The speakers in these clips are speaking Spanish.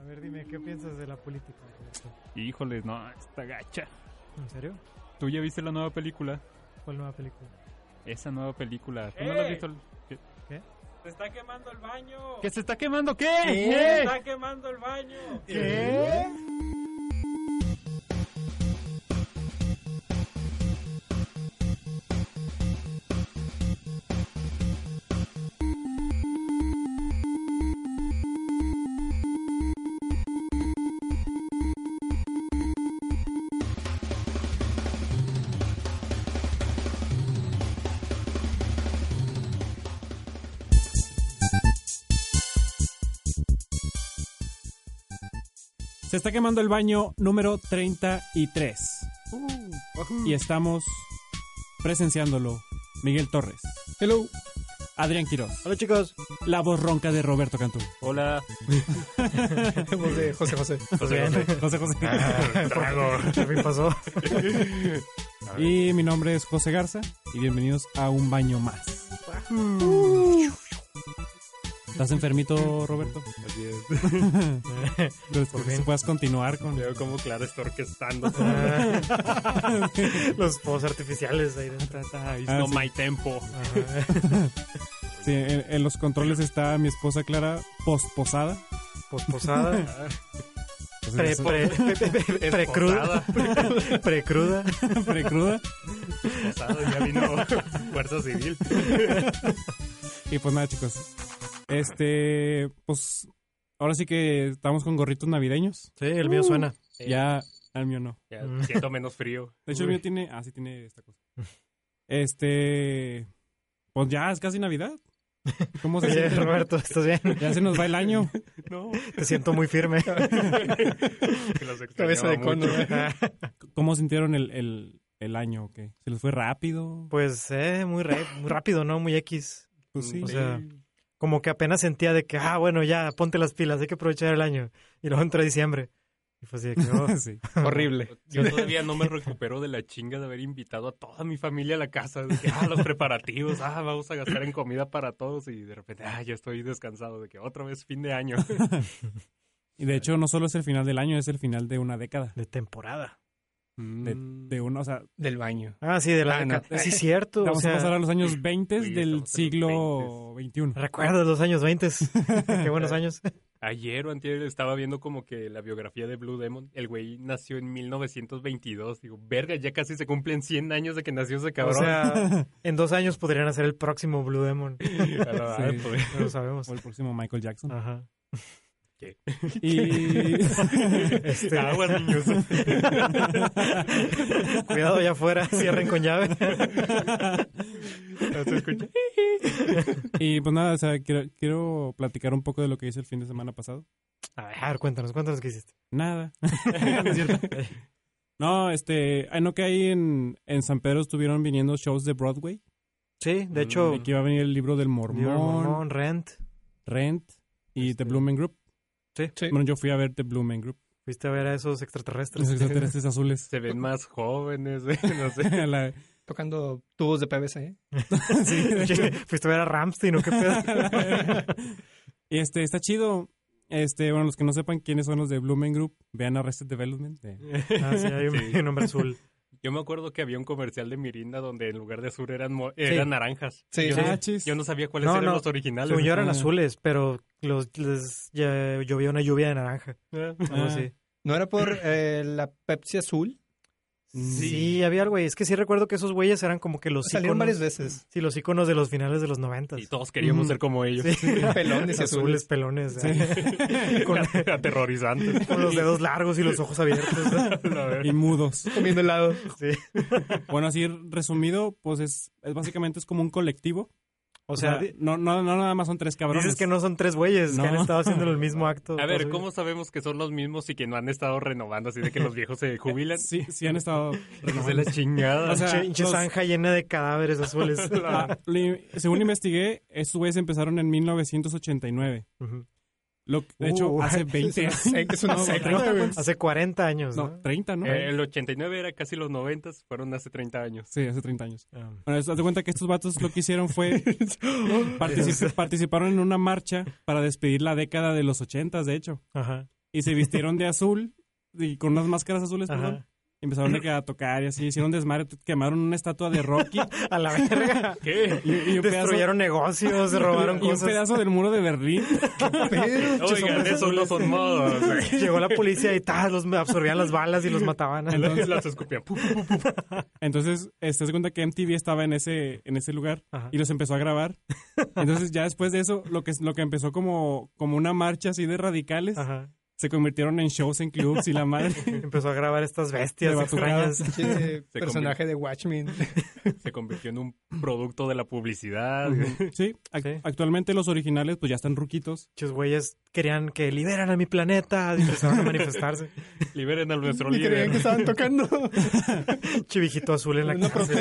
A ver, dime, ¿qué piensas de la política? Híjole, no, está gacha. ¿En serio? ¿Tú ya viste la nueva película? ¿Cuál nueva película? Esa nueva película. ¿Tú no la has ¡Eh! visto? ¿Qué? Se está quemando el baño. ¿Que se está quemando? ¿Qué? Se ¿Qué? está quemando el baño. Se está quemando el baño número 33. Y estamos presenciándolo. Miguel Torres. Hello. Adrián Quiroz. Hola chicos. La voz ronca de Roberto Cantú. Hola. Voz de José José. José José. ¿Qué pasó? Y mi nombre es José Garza. Y bienvenidos a Un Baño Más. ¿Estás enfermito, Roberto? Así es. Pero espero que fin. sí puedas continuar con... Veo como Clara está orquestando. Los fuegos artificiales ahí dentro. Ah, no sí. my tempo. Sí, en, en los controles está mi esposa Clara posposada. Posposada. Pre, Entonces, eso- pre, precruda. Precruda. Precruda. Posado, ya vino Fuerza Civil. Y pues nada, chicos. Este, pues ahora sí que estamos con gorritos navideños. Sí, el mío suena. Sí. Ya, Eh, al mío no. Ya siento menos frío. De hecho, el mío tiene, ah, sí tiene esta cosa. Este, pues ya es casi Navidad. ¿Cómo se Oye, siente? Roberto, ¿estás bien? Ya se nos va el año. No. Te siento muy firme. Que los Cabeza de extrañaba cono. mucho. ¿Cómo sintieron el, el, el año? ¿Qué? ¿Se les fue rápido? Pues, eh, muy, re- muy rápido, ¿no? Muy X. Pues sí. O sea, como que apenas sentía de que, ah, bueno, ya, ponte las pilas, hay que aprovechar el año. Y luego entra diciembre. Y pues, de que, oh, Sí. Horrible. Yo todavía no me recupero de la chinga de haber invitado a toda mi familia a la casa. De que, ah, los preparativos, ah, vamos a gastar en comida para todos. Y de repente, ah, ya estoy descansado de que otra vez fin de año. Y de hecho, no solo es el final del año, es el final de una década. de temporada. De uno, o sea, Del baño. Ah, sí, de la Ah, no. década. Sí, cierto. vamos o sea, a pasar a los años 20 sí, del estamos en siglo XXI. ¿Recuerdas los años 20? Qué buenos años. Ayer o antier estaba viendo como que la biografía de Blue Demon. El güey nació en 1922. Digo, verga, ya casi se cumplen 100 años de que nació ese O cabrón. sea, en dos años podrían hacer el próximo Blue Demon. A la verdad, Sí. pues, No lo sabemos. O el próximo Michael Jackson. Ajá. Y Este, Ah, aguas, niños. cuidado allá afuera, cierren con llave. Y pues nada, o sea, quiero, quiero platicar un poco de lo que hice el fin de semana pasado. A ver, a ver, cuéntanos, cuéntanos qué hiciste. Nada. no, este, ah, no que ahí en, en San Pedro estuvieron viniendo shows de Broadway. Sí, Mm, de hecho, Aquí iba a venir el libro del Mormón, Dior Mormón, Rent, Rent y The Blumen Group. Sí. Bueno, yo fui a ver The Blumen Group. fuiste a ver a esos Los extraterrestres. extraterrestres azules. Se ven más jóvenes, eh, no sé. La- Tocando tubos de PVC. sí, de hecho. Oye, ¿Fuiste a ver a Ramstein o qué pedo? y este, está chido. Este, bueno, los que no sepan quiénes son los de Blumen Group, vean Arrested Development. eh. Ah, sí, hay un, Sí. un hombre azul. Yo me acuerdo que había un comercial de Mirinda donde en lugar de azul eran, mo- eran naranjas. Sí. Yo, Ah, no, chis. yo no sabía cuáles No, eran no. los originales. Según yo eran Ah. azules, pero los, les ya llovía una lluvia de naranja. Algo Ah. así. ¿No era por eh, la Pepsi azul? Mm. Sí. había algo. güey. Es que sí recuerdo que esos güeyes eran como que los íconos. Salieron varias veces. Sí, los íconos de los finales de los noventas. Y todos queríamos Ujú. ser como ellos. Pelones azules, y azules. pelones. ¿eh? Con, Aterrorizantes. pues, con los dedos largos y los ojos abiertos. ¿eh? A ver. Y mudos. Comiendo helado. Sí. Bueno, así resumido, pues es, es básicamente es como un colectivo. O O sea, sea, di- no, no, no nada más son tres cabrones. dices que no son tres güeyes que han No. estado haciendo el mismo acto. Pues, A ver, toda su vida. ¿cómo sabemos que son los mismos y que no han estado renovando así de que los viejos se jubilan? Sí, sí han estado... Hijos de la chingada. O sea, Che- che los- zanja llena de cadáveres azules. Ah, le- según investigué, estos güeyes empezaron en 1989. Ujú. Lo, de hecho, Uh, hace 20 Es una años. secta, es una No, secta, ¿treinta güey. cuántos? Hace 40 años, ¿no? No, 30, ¿no? Eh, el 89 era casi los 90, fueron hace 30 años. Sí, hace 30 años. Ah. Bueno, haz de cuenta que estos vatos lo que hicieron fue... particip- participaron en una marcha para despedir la década de los 80, de hecho. Ajá. Y se vistieron de azul, y con unas máscaras azules, Ajá. perdón. Y Empezaron de que a tocar y así, hicieron desmadre, quemaron una estatua de Rocky A la verga. ¿Qué? y, y un pedazo, Destruyeron negocios, robaron y un cosas. pedazo del muro de Berlín. Oigan, esos no son modos. güey. Llegó la policía y tal, los absorbían las balas y los mataban. Las escupían. Puf, puf, Entonces, eh, se das cuenta que MTV estaba en ese, en ese lugar Ajá. y los empezó a grabar. Entonces, ya después de eso, lo que, lo que empezó como, como una marcha así de radicales, Ajá. se convirtieron en shows, en clubs y la madre. Empezó a grabar estas bestias De batucadas. extrañas. Pinche personaje de Watchmen. Se convirtió en un producto de la publicidad. Sí, ac- Sí. actualmente los originales pues ya están ruquitos. Muchos güeyes querían que liberan a mi planeta y empezaron a manifestarse. Liberen a nuestro Y creían que líder. estaban tocando. Chivijito azul en la Una cárcel.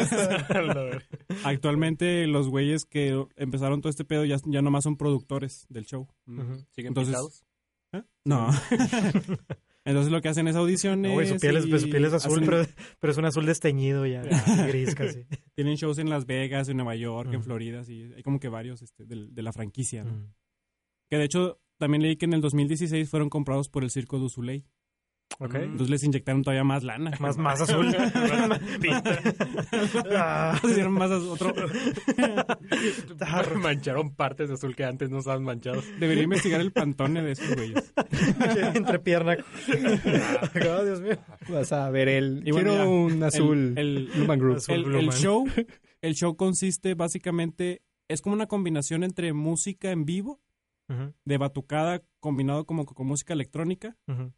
protesta. Actualmente los güeyes que empezaron todo este pedo ya, ya nomás son productores del show. Ujú. ¿Siguen Entonces, picados? No. Entonces lo que hacen es audiciones. No, güey, su piel es, pues, y su piel es azul, hacen- pero, pero es un azul desteñido ya, gris casi. Tienen shows en Las Vegas, en Nueva York, en Ujú. Florida, así. Hay como que varios este, del- de, la franquicia. ¿no? Mm. Que de hecho también leí que en el 2016 fueron comprados por el circo de Usuley. Ok. Entonces les inyectaron todavía más lana. Más, más azul. Ah, Hicieron más az- otro. Mancharon partes de azul que antes no estaban manchados. Debería investigar el pantone de esos güeyes. entre pierna. Oh, Dios mío. Vas a ver el. Y bueno, Quiero ya. un azul. el- Luman Group. Azul. el, Blue el Man. show el show consiste básicamente es como una combinación entre música en vivo Ujú, de batucada combinado como con música electrónica ujú.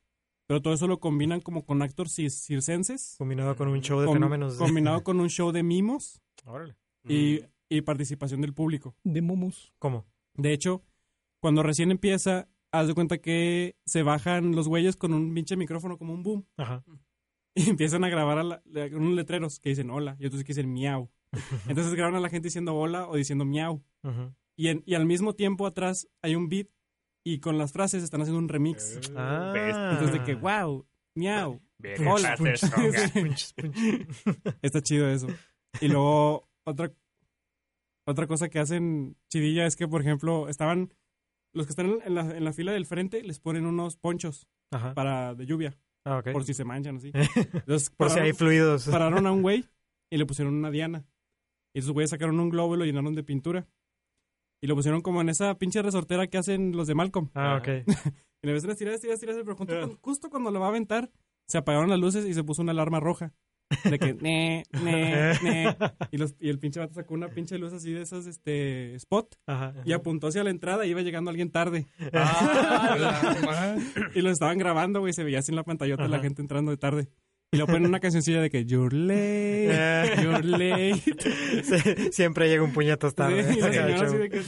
pero todo eso lo combinan como con actores cir- circenses Combinado con un show de com- fenómenos. Mm. de- combinado con un show de mimos Órale. y, y participación del público De Momus. ¿Cómo? de hecho cuando recién empieza haz de cuenta que se bajan los güeyes con un pinche micrófono como un boom Ajá. y empiezan a grabar a la- le- unos letreros que dicen hola y otros que dicen miau entonces graban a la gente diciendo hola o diciendo miau ujú. y, en- y al mismo tiempo atrás hay un beat y con las frases están haciendo un Eh. remix. Ah. Entonces de que, wow, miau, Bien, hola. clases, songa. Punch, punch. Está chido eso. Y luego otra, otra cosa que hacen chidilla es que, por ejemplo, estaban, los que están en la, en la fila del frente les ponen unos ponchos Ajá. para de lluvia, Ah, ok. por si se manchan así. Entonces, Por si pararon- hay fluidos. pararon a un güey y le pusieron una diana. Y esos güeyes sacaron un globo y lo llenaron de pintura. Y lo pusieron como en esa pinche resortera que hacen los de Malcolm. Ah, ok. Y le ves unas tiradas, tiradas, tiradas, pero Ah. junto con- justo cuando lo va a aventar, se apagaron las luces y se puso una alarma roja. De que, ne, ne, ne. Y, los- y el pinche vato sacó una pinche luz así de esas, este, spot, Ajá. y apuntó hacia la entrada y iba llegando alguien tarde. Ah, Y lo estaban grabando, güey, se veía así en la pantallota la Ajá. gente entrando de tarde. Y lo ponen una cancioncilla de que, you're late, Eh, you're late. sí, siempre llega un puñetazo Sí, tarde. y la O sea, señora así show. de que-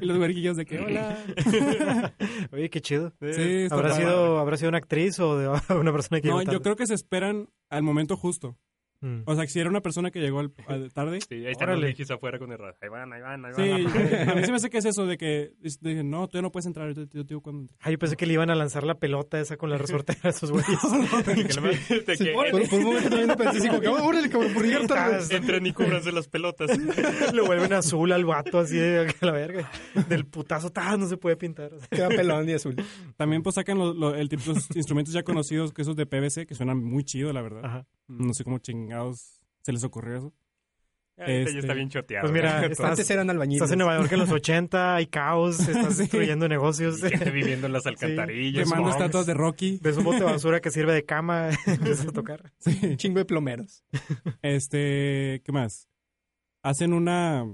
y los verguillos de que, hola. Oye, qué chido. Sí, está ¿Habrá padre. sido, ¿Habrá sido una actriz o de una persona que llegó No, yo tarde? creo que se esperan al momento justo. Mm. O sea, si era una persona que llegó al- al- tarde, Sí, ahí están Órale. los bichis afuera con el radio. Ahí van, ahí van, ahí Sí, van. a mí se me hace que es eso de que es- de, no, tú ya no puedes entrar, yo te yo te digo cuando entres. Ah, yo pensé que le iban a lanzar la pelota esa con la resortera a esos güeyes. Que no me- de que en- Por, por un momento también pensé así, como que, "Ah, órale, cabrón, por llegar tarde. Entran y cúbranse las pelotas. Lo vuelven azul al vato así de a la verga. Del putazo, ¡tas! no se puede pintar. Queda pelón y azul. También pues sacan lo- lo- el tipo, los instrumentos ya conocidos, que esos de PVC, que suenan muy chido, la verdad. Ajá. No sé cómo chingados se les ocurrió eso. Ahorita Este, ya está bien choteado. Pues mira, ¿no? estás, Antes eran albañiles. estás en Nueva York en los 80, hay caos, estás destruyendo negocios. Gente viviendo en las alcantarillas. Quemando monks. estatuas de Rocky. Ves un bote de basura que sirve de cama, empiezas a tocar. Un chingo de plomeros. Este, ¿qué más? Hacen una...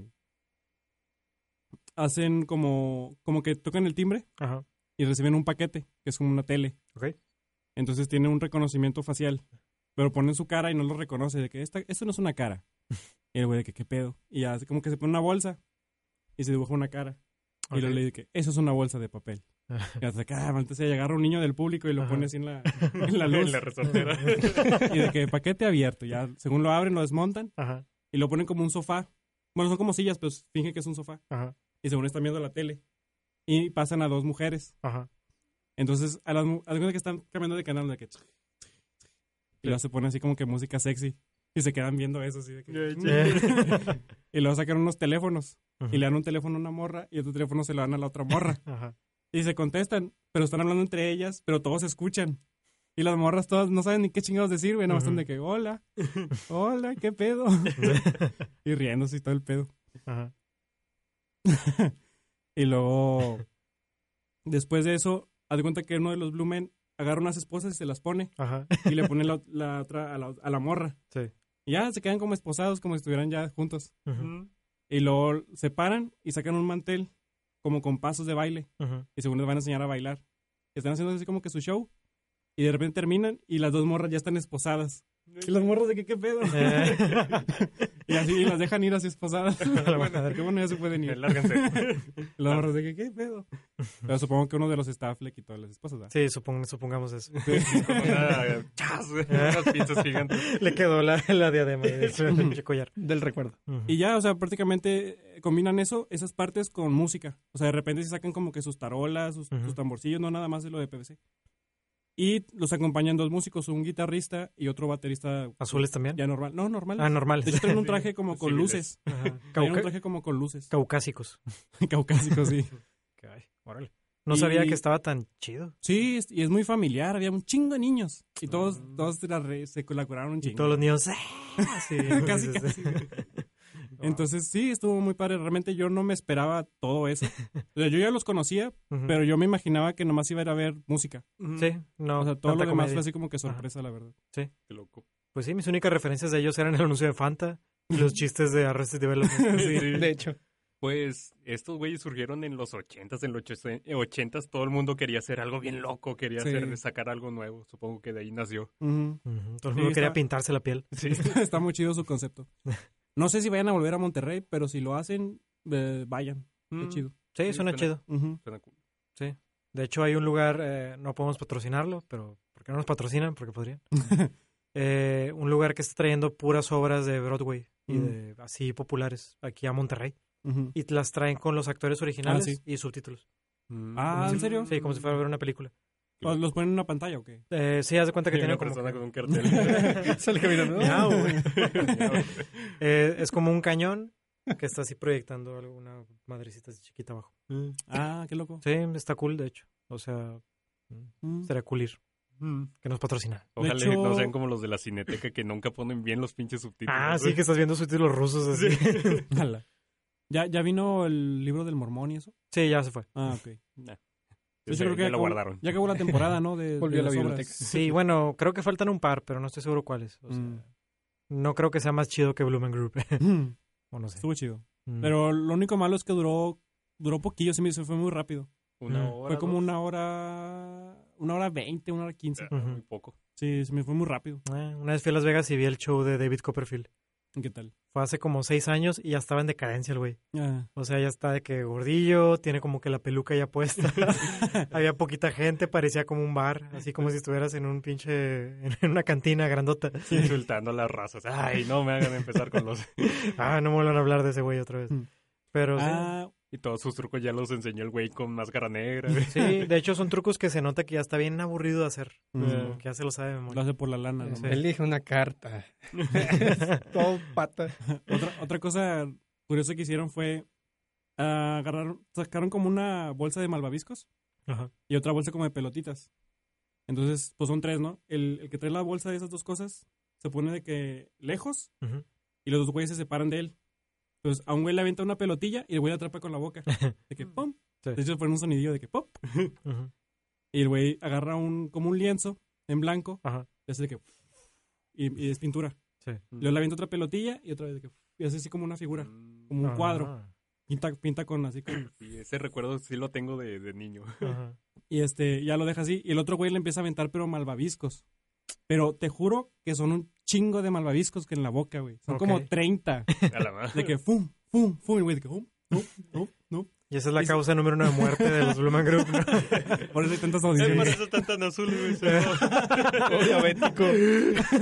Hacen como, como que tocan el timbre Ajá. y reciben un paquete, que es como una tele. Ok. Entonces tiene un reconocimiento facial, pero ponen su cara y no lo reconoce, de que esta, esto no es una cara. Y el güey de que, ¿qué pedo? Y hace como que se pone una bolsa y se dibuja una cara. Y luego Ok. le dice que eso es una bolsa de papel. Y hasta que, ah, entonces se agarra un niño del público y lo Ajá. pone así en la, en la luz. En la resortera. y de que paquete abierto. Ya, según lo abren, lo desmontan Ajá. y lo ponen como un sofá. Bueno, son como sillas, pero fingen que es un sofá. Ajá. Y según están viendo la tele. Y pasan a dos mujeres. Ajá. Entonces, a las mu- a las mujeres que están cambiando de canal, de que. Y luego se pone así como que música sexy. Y se quedan viendo eso, así de que. "Mm". Y luego sacan unos teléfonos. Y le dan un teléfono a una morra y otro teléfono se lo dan a la otra morra. Ajá. Y se contestan. pero están hablando entre ellas, pero todos escuchan. Y las morras todas no saben ni qué chingados decir, güey, nada más están de que, hola, hola, qué pedo. y riéndose y todo el pedo. Ajá. Y luego, después de eso, haz de cuenta que uno de los Blue Men agarra unas esposas y se las pone. Ajá. Y le pone la, la otra a la, a la morra. Sí. Y ya se quedan como esposados, como si estuvieran ya juntos. Ujú, Y luego se paran y sacan un mantel, como con pasos de baile. ujú. y según les van a enseñar a bailar. Están haciendo así como que su show y de repente terminan y las dos morras ya están esposadas. Y las morras de que qué pedo. Eh, y así y las dejan ir así esposadas. la bueno, madre. qué bueno ya se pueden ir. Lárganse. Y las morras de que qué pedo. Pero supongo que uno de los staff le quitó a las esposas. ¿verdad? Sí, supong- supongamos eso. Como una- chas, unas pinzas gigantes. Le quedó la, la diadema y el pinche collar. Del recuerdo. Ujú. Y ya, o sea, prácticamente eh, combinan eso, esas partes con música. O sea, de repente se sacan como que sus tarolas, sus, Ujú. sus tamborcillos, no nada más de lo de PVC. Y los acompañan dos músicos, un guitarrista y otro baterista ¿Azules también? ya normal. No, normal. Ah, normales. De hecho, traen un traje como Sí, con civiles. luces. Ajá. Traen un Cauca- traje como con luces. Caucásicos. Caucásico, sí. Ay, órale. No Y- sabía que estaba tan chido. Sí, es- y es muy familiar. Había un chingo de niños. Y todos, todos se la re- se la curaron un Y chingo. todos los niños. ¡ah! Sí, Casi, sí, sí. Entonces, sí, estuvo muy padre. Realmente yo no me esperaba todo eso. O sea, yo ya los conocía, Ujú. pero yo me imaginaba que nomás iba a ir a ver música. Sí, no. O sea, todo tanta lo demás comedia. fue así como que sorpresa, la verdad. Qué loco. Pues sí, mis únicas referencias de ellos eran el anuncio de Fanta y los chistes de Arrested Development. Sí. De hecho. Pues estos güeyes surgieron en los 80s, en los 80s todo el mundo quería hacer algo bien loco, quería Sí. hacer, sacar algo nuevo, supongo que de ahí nació. Ujú. Ujú, Todo el mundo Sí, quería está- pintarse la piel. Está muy chido su concepto. No sé si vayan a volver a Monterrey, pero si lo hacen, eh, vayan. Está Mm. chido. Sí, suena Sí, suena- chido. Ujú. Suena cool. De hecho, hay un lugar, eh, no podemos patrocinarlo, pero ¿por qué no nos patrocinan? Porque podrían. Eh, un lugar que está trayendo puras obras de Broadway y Ujú. de así populares aquí a Monterrey. Ujú. Y las traen con los actores originales Ah, sí. y subtítulos. Mm. Ah, Como ¿en si- serio? Sí, como si fuera a ver una película. ¿Los los ponen en una pantalla o qué? Eh, sí, haz de cuenta que Hay tiene una como... persona con un cartel. Sale caminando. Miau, No, güey. Eh, es como un cañón que está así proyectando alguna madrecita así chiquita abajo. Ah, qué loco. Sí, está cool, de hecho. O sea, Mm. será cool ir. Que nos patrocina. Ojalá De hecho- no sean como los de la cineteca que nunca ponen bien los pinches subtítulos. Ah, sí, que estás viendo subtítulos rusos así. Sí, Ala. ¿Ya, ¿Ya vino el libro del mormón y eso? ya se fue. Ah, ok. Yo creo que lo acabó- guardaron. Ya acabó la temporada, ¿no? De, de Volvió a la las obras. biblioteca. Sí, bueno, creo que faltan un par, pero no estoy seguro cuáles. O sea, Mm. No creo que sea más chido que Blumen Group. Mm, o no sé. Estuvo chido. Mm. Pero lo único malo es que duró duró poquillo, se me hizo, fue muy rápido. Una Mm. hora. Fue como dos. una hora, una hora veinte, una hora quince. Ujú. Muy poco. Sí, se me fue muy rápido. Eh, una vez fui a Las Vegas y vi el show de David Copperfield. ¿Qué tal? Fue hace como seis años y ya estaba en decadencia el güey. Ah, O sea, ya está de que gordillo, tiene como que la peluca ya puesta. Había poquita gente, parecía como un bar, así como si estuvieras en un pinche, en una cantina grandota. Insultando a las razas. Ay, no me hagan empezar con los... Ah, no me vuelvan a hablar de ese güey otra vez. Mm. Pero sí, ah, Y todos sus trucos ya los enseñó el güey con máscara negra. sí, de hecho son trucos que se nota que ya está bien aburrido de hacer. Mm. Como que ya se lo sabe de lo memoria. hace por la lana. ¿no? Sí. Elige una carta. Todo pata. Otra, otra cosa curiosa que hicieron fue ah, agarraron, sacaron como una bolsa de malvaviscos Ajá. y otra bolsa como de pelotitas. Entonces, pues son tres, ¿no? El, el que trae la bolsa de esas dos cosas se pone de que lejos Ujú. y los dos güeyes se separan de él. Entonces, a un güey le avienta una pelotilla y el güey la atrapa con la boca. De que pum. Sí. De hecho, fue un sonidillo de que pop. Ujú. Y el güey agarra un, como un lienzo en blanco Ajá. y hace de que. Y, y es pintura. Sí. Luego le avienta otra pelotilla y otra vez de que. Y hace así como una figura, como un Ah, cuadro. Pinta, pinta con así con Y ese recuerdo Mm, sí lo tengo de, de niño. ajá. Y este, ya lo deja así. Y el otro güey le empieza a aventar, pero malvaviscos. Pero te juro que son un chingo de malvaviscos que en la boca, güey. Son Ok. como 30. A la madre. De que fum, fum, fum. Y güey, de que fum, fum, fum, fum. Y esa es la Y- causa número uno de muerte de los Blumen Group, ¿no? Por eso hay tantas Ay, por audiciones. eso están tan azules, güey. Se Todo diabético.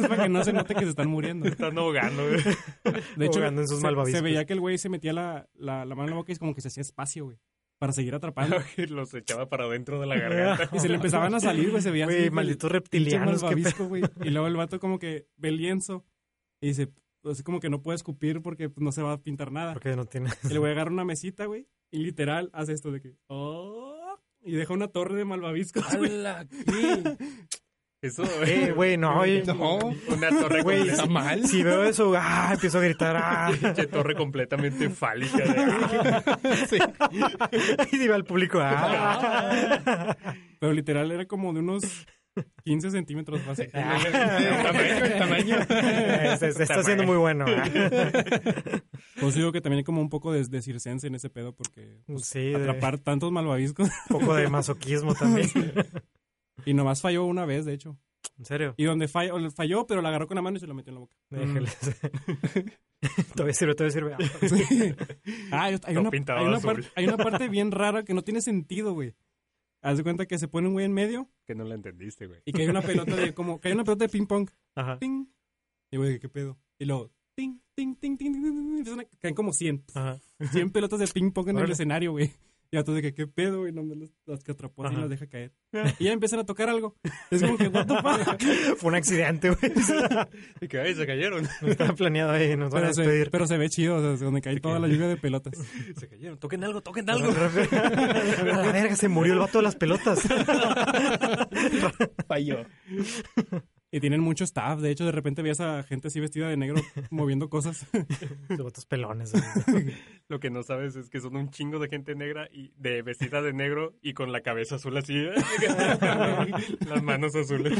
para que no se note que se están muriendo. están ahogando, güey. De hecho, Ahogando en sus se- malvaviscos. se veía que el güey se metía la, la, la mano en la boca y como que se hacía espacio, güey. Para seguir atrapando. Y Los echaba para adentro de la garganta. Y se le empezaban a salir, güey. Se veía Güey, así, malditos pinche reptilianos. qué malvavisco, güey. Y luego el vato como que ve el lienzo y dice, así como que no puede escupir porque pues, no se va a pintar pe- nada. Porque no tiene... Y le voy a agarrar una mesita, güey. Y literal hace esto de que. "Oh", y deja una torre de malvaviscos, güey. ¡Hala! ¿Qué? Eso, Eh, güey, no, oye, No, Una torre Güey, completa- está mal. si veo eso, ah, empiezo a gritar, ah. pinche torre completamente fálica. de- Y si va el público, ah. Pero literal era como de unos 15 centímetros fácil. Ah. El tamaño, el tamaño. Eh, Se, se está haciendo muy bueno. ah. Pues digo que también hay como un poco de, de circense en ese pedo porque Sí, de- atrapar tantos malvaviscos. un poco de masoquismo también. Y nomás falló una vez, de hecho. En serio, Y donde falló, falló, pero la agarró con la mano y se la metió en la boca. déjeles. Todavía sirve, todavía sirve. Ah, Ah, hay, hay Lo una, pintaba hay una azul. parte, hay una parte bien rara que no tiene sentido, güey. Haz de cuenta que se pone un güey en medio Que no la entendiste, güey. y que hay una pelota de como que hay una pelota de ping pong. Ajá. Ting. Y güey, qué pedo. Y luego ting ting ting ting ting, ting, ting, empiezan a- caen como 100, Ajá. 100 pelotas de ping pong en el Órale. escenario, güey. Y ya tú de que qué pedo, güey, no me las, las que atrapó así Ajá. las deja caer. Y ya empiezan a tocar algo. Es como que what the fuck. Fue un accidente, güey. Y que, ay, se cayeron. No estaba planeado ahí, nos van a Pero se, despedir. pero se ve chido, o sea, es donde cae toda la lluvia de pelotas. Se cayeron. Toquen algo, toquen algo. A la verga, se murió el vato de las pelotas. Falló. Y tienen mucho staff, de hecho, de repente veías a gente así vestida de negro moviendo cosas. Los vatos pelones. güey. Lo que no sabes es que son un chingo de gente negra y de vestida de negro y con la cabeza azul así. Las manos azules.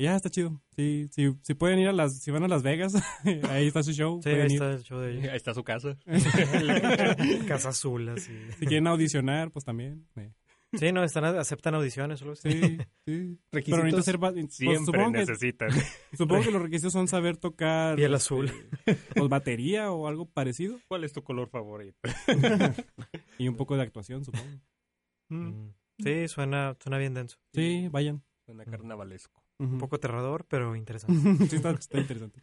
Y Ya, está chido. Sí, sí, si pueden ir a las, si van a Las Vegas, ahí está su show. Sí, pueden ahí ir. está el show de ellos. Ahí está su casa. Pues Casa Azul, así. Si quieren audicionar, pues también. eh. Sí, no, están, aceptan audiciones. o algo así. Sí, sí. Pero necesito Requisitos. ser... ba- pues, Siempre supongo, que, necesitan. supongo que los requisitos son saber tocar... Piel azul. eh, pues batería o algo parecido. ¿Cuál es tu color favorito? Y un poco de actuación, supongo. Mm. Sí, suena, suena bien denso. Sí, vayan. Suena carnavalesco. Ujú. Un poco aterrador, pero interesante. sí, está, está interesante.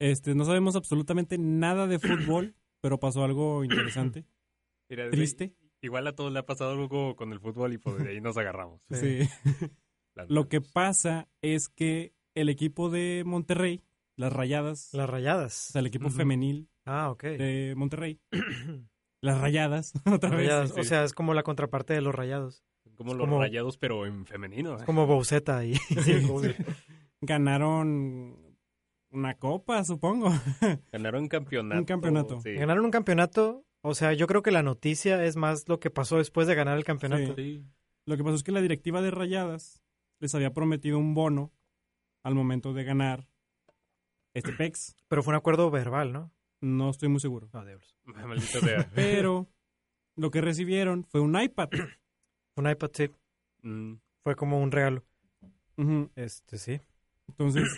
Este, no sabemos absolutamente nada de fútbol, pero pasó algo interesante, Mira, desde- triste. Igual a todos le ha pasado algo con el fútbol y pues de ahí nos agarramos. Sí. Las Lo que manos. pasa es que el equipo de Monterrey, las Rayadas, Las o rayadas. sea, el equipo Ujú. femenil Ah, ok. de Monterrey, las Rayadas, otra Las vez. rayadas. sí. O sea, es como la contraparte de los rayados. Como los como- rayados, pero en femenino. Es ¿eh? como Bouceta ahí. ganaron una copa, supongo. Ganaron un campeonato. Un campeonato. Sí. Ganaron un campeonato. O sea, yo creo que la noticia es más lo que pasó después de ganar el campeonato. Sí. Lo que pasó es que la directiva de Rayadas les había prometido un bono al momento de ganar este PEX. Pero fue un acuerdo verbal, ¿no? No estoy muy seguro. No, diablos. Maldita sea. Pero lo que recibieron fue un iPad. Un iPad, sí. Mm. Fue como un regalo. Ujú. Este, sí. Entonces,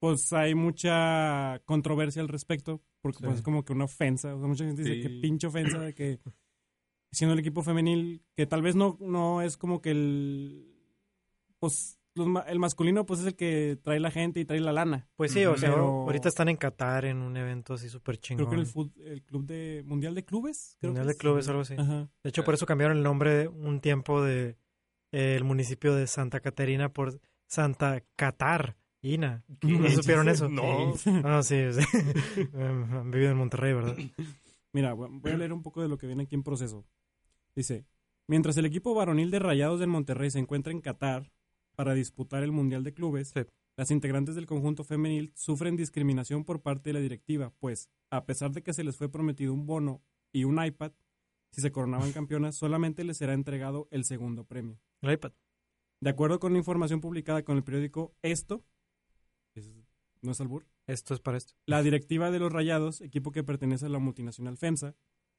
pues hay mucha controversia al respecto, porque Sí. pues, es como que una ofensa. O sea, mucha gente dice Sí. que pinche ofensa de que siendo el equipo femenil, que tal vez no, no es como que el pues los ma- el masculino pues es el que trae la gente y trae la lana. Pues sí, o sea, Pero- ahorita están en Qatar en un evento así súper Creo chingón. que en el, fut- el club de mundial de clubes, creo Mundial que de es. clubes, algo así. Ajá. De hecho, por eso cambiaron el nombre un tiempo de eh, el municipio de Santa Caterina por Santa Catarina. ¿No supieron eso? No. Ah, sí. sí. Eh, Han vivido en Monterrey, ¿verdad? Mira, voy voy a leer un poco de lo que viene aquí en proceso. Dice, mientras el equipo varonil de Rayados del Monterrey se encuentra en Qatar para disputar el Mundial de Clubes, Sí. las integrantes del conjunto femenil sufren discriminación por parte de la directiva, pues, a pesar de que se les fue prometido un bono y un iPad, si se coronaban campeonas, solamente les será entregado el segundo premio. El iPad. De acuerdo con información publicada con el periódico Esto, es- no es albur, Esto es para esto. la directiva de los Rayados, equipo que pertenece a la multinacional FEMSA,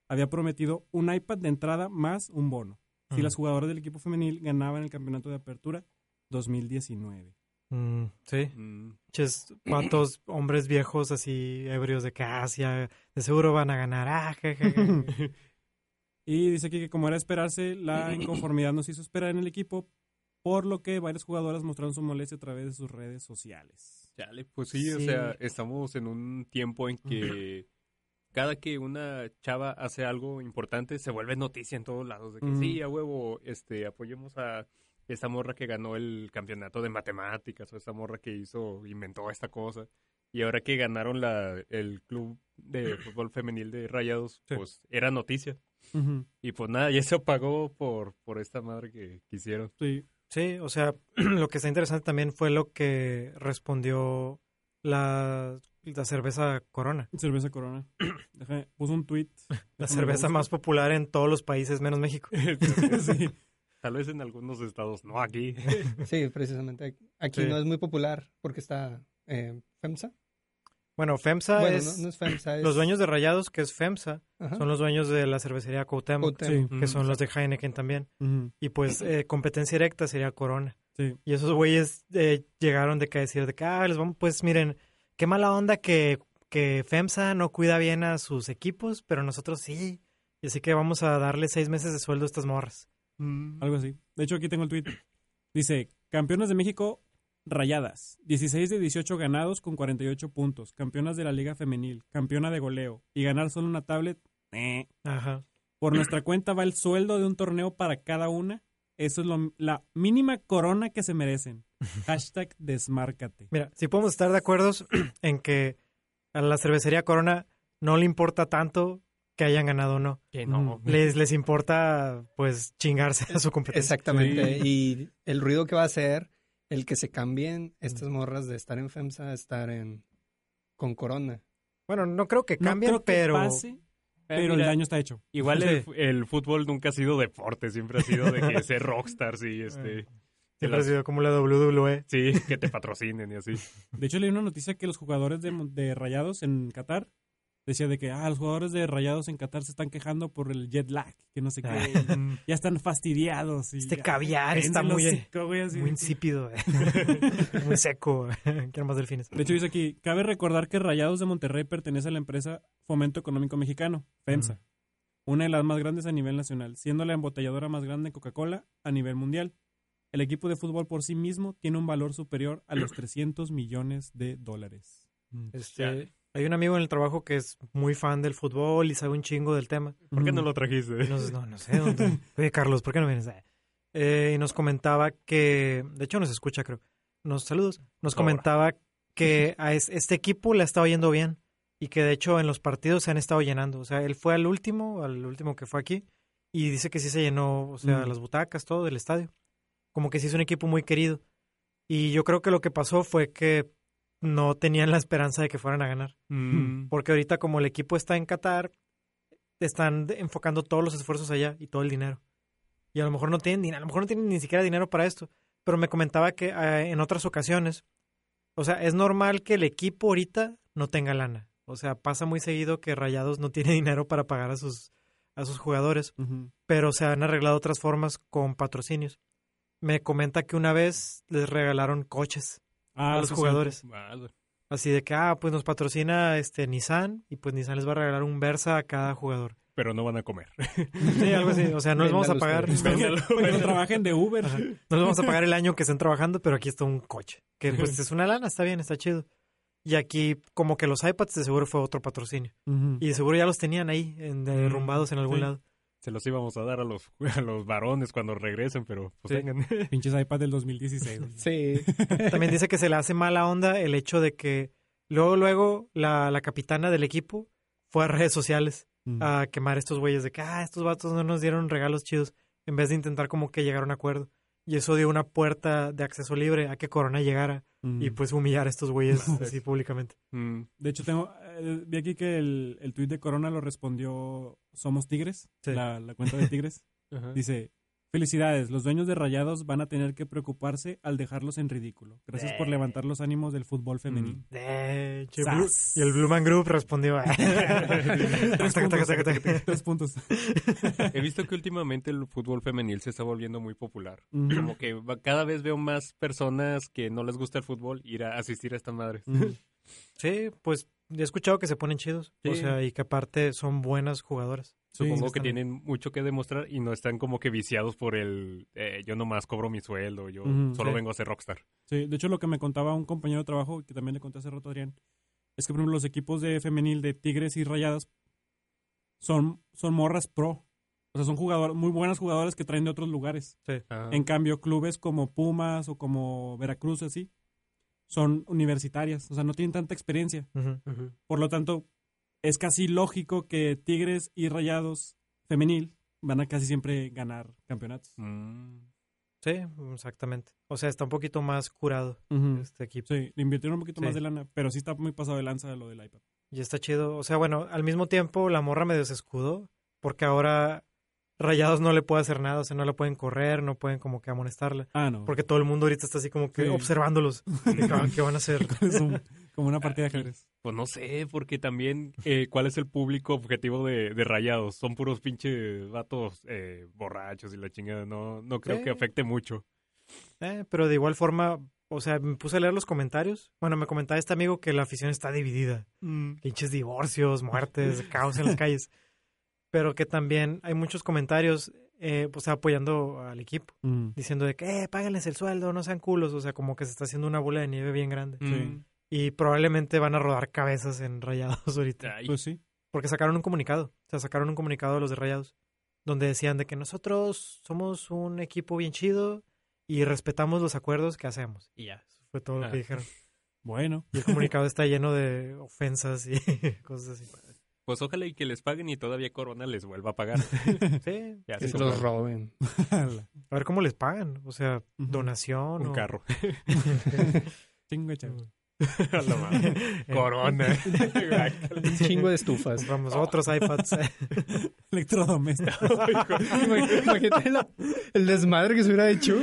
había prometido un iPad de entrada más un bono. Si Ajá. las jugadoras del equipo femenil ganaban el campeonato de apertura 2019. Mm, sí. Mm. Ches, patos, hombres viejos así, ebrios de Casia. ah, De seguro van a ganar. Ah, je, je, je. Y dice aquí que como era esperarse, la inconformidad nos hizo esperar en el equipo, por lo que varias jugadoras mostraron su molestia a través de sus redes sociales. Chale, pues sí, o Sí. sea, estamos en un tiempo en que cada que una chava hace algo importante se vuelve noticia en todos lados. De que Ujú. sí, a huevo, este, apoyemos a esta morra que ganó el campeonato de matemáticas o esta morra que hizo, inventó esta cosa. Y ahora que ganaron la, el club de fútbol femenil de Rayados, Sí. pues era noticia. Ujú, Y pues nada, ya se apagó por, por esta madre que quisieron. Sí. Sí, o sea, lo que está interesante también fue lo que respondió la, la cerveza Corona. Cerveza Corona. Déjame, puse un tweet. La cerveza más popular en todos los países menos México. sí. Tal vez en algunos estados, no aquí. Sí, precisamente. Aquí Sí. no es muy popular porque está eh, FEMSA. Bueno, FEMSA bueno, es... no, no Ah, es FEMSA, es... Los dueños de Rayados, que es FEMSA, Ajá. son los dueños de la cervecería Cuauhtémoc, Cuauhtémoc. Sí. que son los de Heineken también. ujú, Y pues eh, competencia directa sería Corona. Sí. Y esos güeyes eh, llegaron de que a decir de que, ah, les vamos, pues miren, qué mala onda que, que FEMSA no cuida bien a sus equipos, pero nosotros sí. Y así que vamos a darle seis meses de sueldo a estas morras. Algo así. De hecho, aquí tengo el tweet. Dice, campeonas de México rayadas. 16 de 18 ganados con 48 puntos. Campeonas de la Liga Femenil. Campeona de goleo. Y ganar solo una tablet. eh. Ajá. Por nuestra cuenta va el sueldo de un torneo para cada una. Eso es lo- la mínima corona que se merecen. Hashtag desmárcate. Mira, si podemos estar de acuerdo en que a la cervecería Corona no le importa tanto que hayan ganado o no. Que no. Les, les importa, pues, chingarse a su competencia. Exactamente. Y el ruido que va a hacer el que se cambien estas morras de estar en FEMSA a estar en con Corona. Bueno, no creo que No cambien, creo que pero... pase, pero el Mira, daño está hecho. Igual el, Sí. el fútbol nunca ha sido deporte, siempre ha sido de que ser rockstars y este... de Siempre las- ha sido como la E. WWE. Sí, que te patrocinen y así. De hecho, leí una noticia que los jugadores de, Mon- de Rayados en Qatar decía de que ah, los jugadores de Rayados en Qatar se están quejando por el jet lag, que no sé qué. ya están fastidiados. Y, Ah. Este ah, caviar cállense está el muy, hocico, güey, así muy de- insípido, eh. muy seco. eh. Quiero más delfines. De hecho, dice aquí, cabe recordar que Rayados de Monterrey pertenece a la empresa Fomento Económico Mexicano, FEMSA, una de las más grandes a nivel nacional, siendo la embotelladora más grande de Coca-Cola a nivel mundial. El equipo de fútbol por sí mismo tiene un valor superior a los 300 millones de dólares. Este, hay un amigo en el trabajo que es muy fan del fútbol y sabe un chingo del tema. Mm. ¿Por qué no lo trajiste? No, no, no sé dónde. Oye, Carlos, ¿por qué no vienes? Eh, y nos comentaba que, de hecho nos escucha, creo. Nos saludos. Nos Ahora. comentaba que a es- este equipo le ha estado yendo bien y que de hecho en los partidos se han estado llenando. O sea, él fue al último, al último que fue aquí y dice que sí se llenó, o sea, Mm. las butacas, todo del estadio. Como que sí es un equipo muy querido. Y yo creo que lo que pasó fue que no tenían la esperanza de que fueran a ganar. Mm. Porque ahorita como el equipo está en Qatar, están de- enfocando todos los esfuerzos allá y todo el dinero. Y a lo mejor no tienen, din- a lo mejor no tienen ni siquiera dinero para esto. Pero me comentaba que eh, en otras ocasiones, o sea, es normal que el equipo ahorita no tenga lana. O sea, pasa muy seguido que Rayados no tiene dinero para pagar a sus, a sus jugadores, Ujú. pero se han arreglado otras formas con patrocinios. Me comenta que una vez les regalaron coches Ah, a los sí, sí. jugadores. Madre. Así de que, ah, pues nos patrocina este Nissan y pues Nissan les va a regalar un Versa a cada jugador. Pero no van a comer. Sí, algo así. O sea, no les vamos a Véndalos pagar, ustedes. Pues no Para que- para que no trabajen de Uber. les vamos a pagar el año que estén trabajando, pero aquí está un coche. Que pues es una lana, está bien, está chido. Y aquí, como que los iPads de seguro fue otro patrocinio. Ujú. Y de seguro ya los tenían ahí, en- Mm, derrumbados en algún Sí. lado. Se los íbamos a dar a los, a los varones cuando regresen, pero pues Sí. tengan. Pinches iPad del 2016. güey. Sí, También dice que se le hace mala onda el hecho de que luego, luego, la, la capitana del equipo fue a redes sociales Mm. a quemar estos güeyes de que, ah, estos vatos no nos dieron regalos chidos, en vez de intentar como que llegar a un acuerdo. Y eso dio una puerta de acceso libre a que Corona llegara Mm. y pues humillar a estos güeyes así públicamente. Mm. De hecho, tengo. eh, vi aquí que el, el tuit de Corona lo respondió Somos Tigres, Sí. la, la cuenta de Tigres. Dice: Felicidades, los dueños de Rayados van a tener que preocuparse al dejarlos en ridículo. Gracias por levantar los ánimos del fútbol femenil. Eh, che, Sas. Blue- y el Blue Man Group respondió. ah. Tres Taca, taca, taca, taca. Tres puntos. He visto que últimamente el fútbol femenil se está volviendo muy popular. Mm, Como que va- cada vez veo más personas que no les gusta el fútbol ir a asistir a esta madre. mm. Sí, pues he escuchado que se ponen chidos. O Sí. sea, y que aparte son buenas jugadoras. Supongo sí, que están- tienen mucho que demostrar y no están como que viciados por el eh, yo nomás cobro mi sueldo, yo Ujú, solo sí. vengo a ser rockstar. Sí, de hecho, lo que me contaba un compañero de trabajo, que también le conté hace rato a Adrián, es que, por ejemplo, los equipos de femenil de Tigres y Rayadas son, son morras pro. O sea, son jugadores, muy buenos jugadores que traen de otros lugares. Ah, En cambio, clubes como Pumas o como Veracruz, así, son universitarias. O sea, no tienen tanta experiencia. Ujú. Ujú. Por lo tanto, es casi lógico que Tigres y Rayados femenil van a casi siempre ganar campeonatos. Mm. Sí, exactamente. O sea, está un poquito más curado este equipo. Sí, le invirtieron un poquito Sí. más de lana, pero sí está muy pasado de lanza lo del iPad. Y está chido. O sea, bueno, al mismo tiempo la morra medio se escudó porque ahora Rayados no le puede hacer nada. O sea, no la pueden correr, no pueden como que amonestarla. Ah, no. Porque todo el mundo ahorita está así como que Sí. observándolos. De que, ah, ¿Qué van a hacer? es un- como una partida de ajedrez. Pues no sé, porque también, eh, ¿cuál es el público objetivo de, de Rayados? Son puros pinches vatos eh, borrachos y la chingada. No, no creo Sí. que afecte mucho. Eh, pero de igual forma, o sea, me puse a leer los comentarios. Bueno, me comentaba este amigo que la afición está dividida. Pinches divorcios, muertes, caos en las calles. Pero que también hay muchos comentarios, eh, o sea, apoyando al equipo. Mm. Diciendo de que, eh, páganles el sueldo, no sean culos. O sea, como que se está haciendo una bola de nieve bien grande. Mm. Y probablemente van a rodar cabezas en Rayados ahorita. Ay, Pues sí. Porque sacaron un comunicado. O sea, sacaron un comunicado de los de Rayados. Donde decían de que nosotros somos un equipo bien chido y respetamos los acuerdos que hacemos. Y ya, eso fue todo lo Ah. que dijeron. Bueno. Y el comunicado está lleno de ofensas y cosas así. pues ojalá y que les paguen y todavía Corona les vuelva a pagar. Sí. Ya que se se los compró roben. A ver cómo les pagan. O sea, Ujú. donación. un o- carro. Chingo, chavo. A la madre. Corona. Un chingo de estufas. Compramos otros iPads. Electrodoméstico. Imagínate la- el desmadre que se hubiera hecho.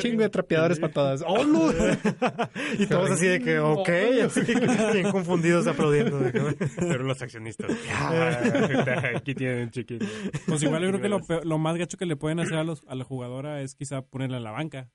Chingo de trapeadores para todas. ¡Oh, no! y todos así de que, ok, así, bien confundidos aplaudiendo. de que- Pero los accionistas. "Ah, Aquí tienen chiquito. Pues igual yo creo que lo, peor- lo más gacho que le pueden hacer a, los, a la jugadora es quizá ponerla en la banca.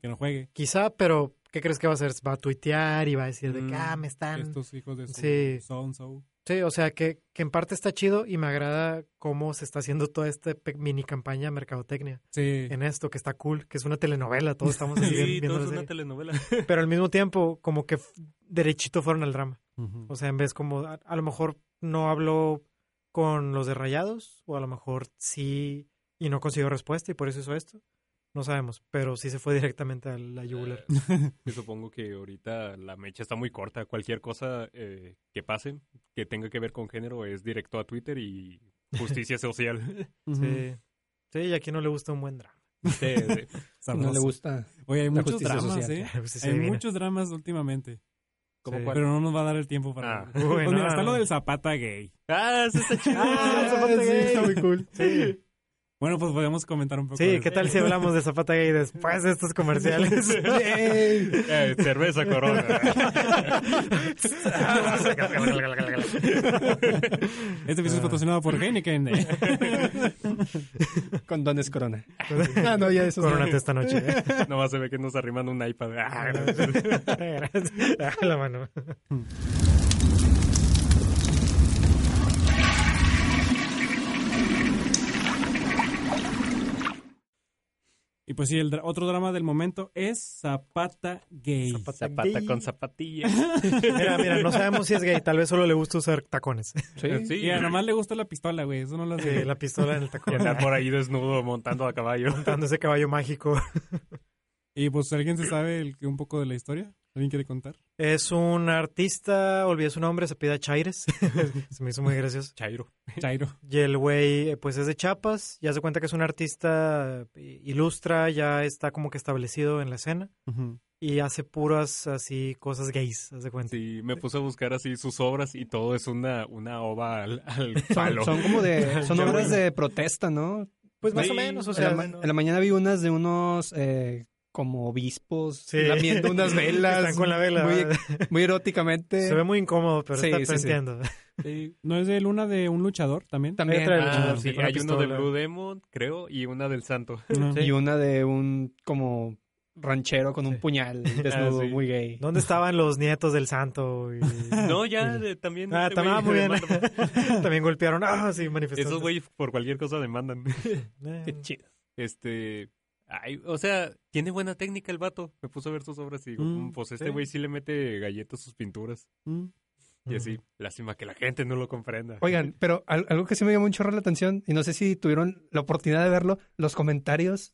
Que no juegue. Quizá, pero ¿qué crees que va a hacer? Va a tuitear y va a decir de que, Mm, ah, me están... Estos hijos de su Sí. son so. Sí, o sea, que, que en parte está chido y me agrada cómo se está haciendo toda esta pe- mini campaña de mercadotecnia Sí. en esto, que está cool, que es una telenovela, todos estamos así Sí, viendo todo la es una serie. telenovela. Pero al mismo tiempo, como que f- derechito fueron al drama. O sea, en vez como, a, a lo mejor no habló con los de Rayados, o a lo mejor sí y no consiguió respuesta y por eso hizo esto. No sabemos, pero sí se fue directamente a la yugular. Yo supongo que ahorita la mecha está muy corta. Cualquier cosa eh, que pase, que tenga que ver con género, es directo a Twitter y justicia social. Sí. sí, y aquí no le gusta un buen drama. Sí, sí. Sabroso. No le gusta. Oye, hay la muchos justicia dramas, social. ¿eh? Pues sí se hay adivina. muchos dramas últimamente. ¿Cómo Sí. cuál? Pero no nos va a dar el tiempo para. Ah. Pues Bueno, mira, ah. está lo del Zapata gay. Ah, eso está chido. Ah, Zapata sí, gay. está muy cool. Sí. Bueno, pues podemos comentar un poco. de Sí, ¿qué eso. tal si hablamos de Zapata Gay después de estos comerciales? Eh, cerveza corona. Este Ah. episodio es patrocinado por Heineken. ¿eh? Con dones corona. Ah, no, ya eso es- Coronate esta noche. Nomás se ve que nos arriman un iPad. Ah, Ah, la mano. Y pues sí, el dra- otro drama del momento es Zapata Gay. Zapata gay. con zapatilla. Mira, mira, no sabemos si es gay, tal vez solo le gusta usar tacones. Sí. Sí, Y a nomás le gusta la pistola, güey. Eso no lo Sí, hace. la pistola en el y tacón. andar por ahí desnudo montando a caballo. Montando ese caballo mágico. Y pues alguien se sabe el- un poco de la historia. ¿Alguien quiere contar? Es un artista, olvidé su nombre, se pide Chaires. se me hizo muy gracioso. Chairo. Chairo. Y el güey, eh, pues es de Chiapas, ya se cuenta que es un artista, eh, ilustra, ya está como que establecido en la escena. Y hace puras así cosas gays, haz de cuenta. Sí, me puse a buscar así sus obras y todo es una, una ova al, al palo. Son, son como de. Son Ya, obras güey. de protesta, ¿no? Pues más Sí, o menos, o en, la, sea, ma- en la mañana vi unas de unos eh, como obispos Sí. lamiendo unas velas. Están con la vela. Muy, ¿verdad? muy eróticamente. Se ve muy incómodo, pero Sí, está sí, sí. planteando. ¿No es de Luna de un luchador también? También. otra de ah, Ah, luchador, sí, sí, con una hay uno de pistola. Blue Demon, creo, y una del Santo. No. Y una de un como ranchero con un Sí. puñal desnudo, Ah, sí. muy gay. ¿Dónde estaban los nietos del santo? Y- No, ya de- también. Ah, este también, ah, muy güey bien. demanda- También golpearon. Ah, sí, manifestantes. Esos güeyes por cualquier cosa demandan. Eh, Qué chido. Este. ay, o sea, tiene buena técnica el vato. Me puso a ver sus obras y digo, Mm, "Mm, pues este sí. güey sí le mete galletas a sus pinturas. Mm. Y así, lástima que la gente no lo comprenda. Oigan, pero al- algo que sí me llamó un chorro la atención, y no sé si tuvieron la oportunidad de verlo, los comentarios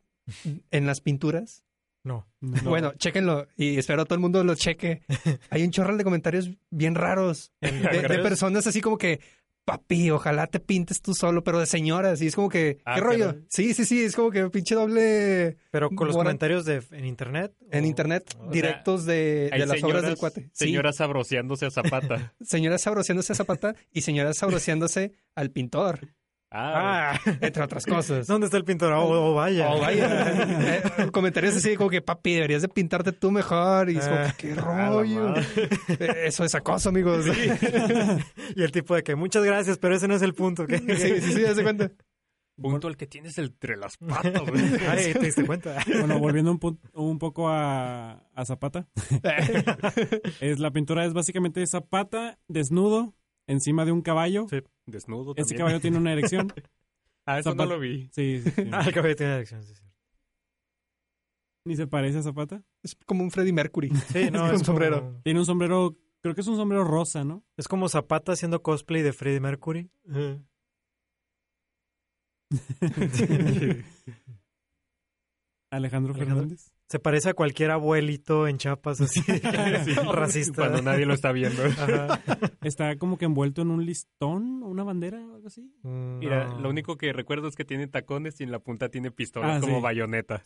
en las pinturas. No. Bueno, chéquenlo y espero todo el mundo lo cheque. Hay un chorro de comentarios bien raros de, de personas así como que, papi, ojalá te pintes tú solo, pero de señoras. Y es como que, Ah, ¿qué rollo? caray. Sí, sí, sí, es como que pinche doble Pero con los Bueno. comentarios de, en internet. en o- internet, Oh, o sea, directos de, Hay de las obras del cuate. Sí, Señoras sabroseándose a Zapata. señoras sabroseándose a Zapata y señoras sabroseándose al pintor, Ah, Ah, entre otras cosas. ¿dónde está el pintor? Oh, oh, vaya. Oh, vaya. Eh, comentarios así como que, papi, deberías de pintarte tú mejor. Y es como que, qué la rollo. madre. Eh, Eso es acoso, amigos. Sí, Y el tipo de que muchas gracias, pero ese no es el punto. ¿ok? sí, sí, haz de cuenta. punto al que tienes entre las patas. güey. Ay, te diste cuenta. Bueno, volviendo un, pu- un poco a, a Zapata. es, la pintura es básicamente Zapata desnudo encima de un caballo. Sí, Desnudo Ese también. caballo tiene una erección. Ah, eso no Zapata- lo vi. Sí, sí, sí. Ah, el cabello tiene erección, sí, sí. Ni se parece a Zapata. Es como un Freddie Mercury. Sí, no, Con es como- sombrero. Tiene un sombrero, creo que es un sombrero rosa, ¿no? Es como Zapata haciendo cosplay de Freddie Mercury. Alejandro Alejandro. Fernández. Se parece a cualquier abuelito en Chiapas, así, racista. Cuando nadie lo está viendo. Ajá. Está como que envuelto en un listón, una bandera o algo así. Mm, Mira, no. lo único que recuerdo es que tiene tacones y en la punta tiene pistolas Ah, como sí. bayoneta.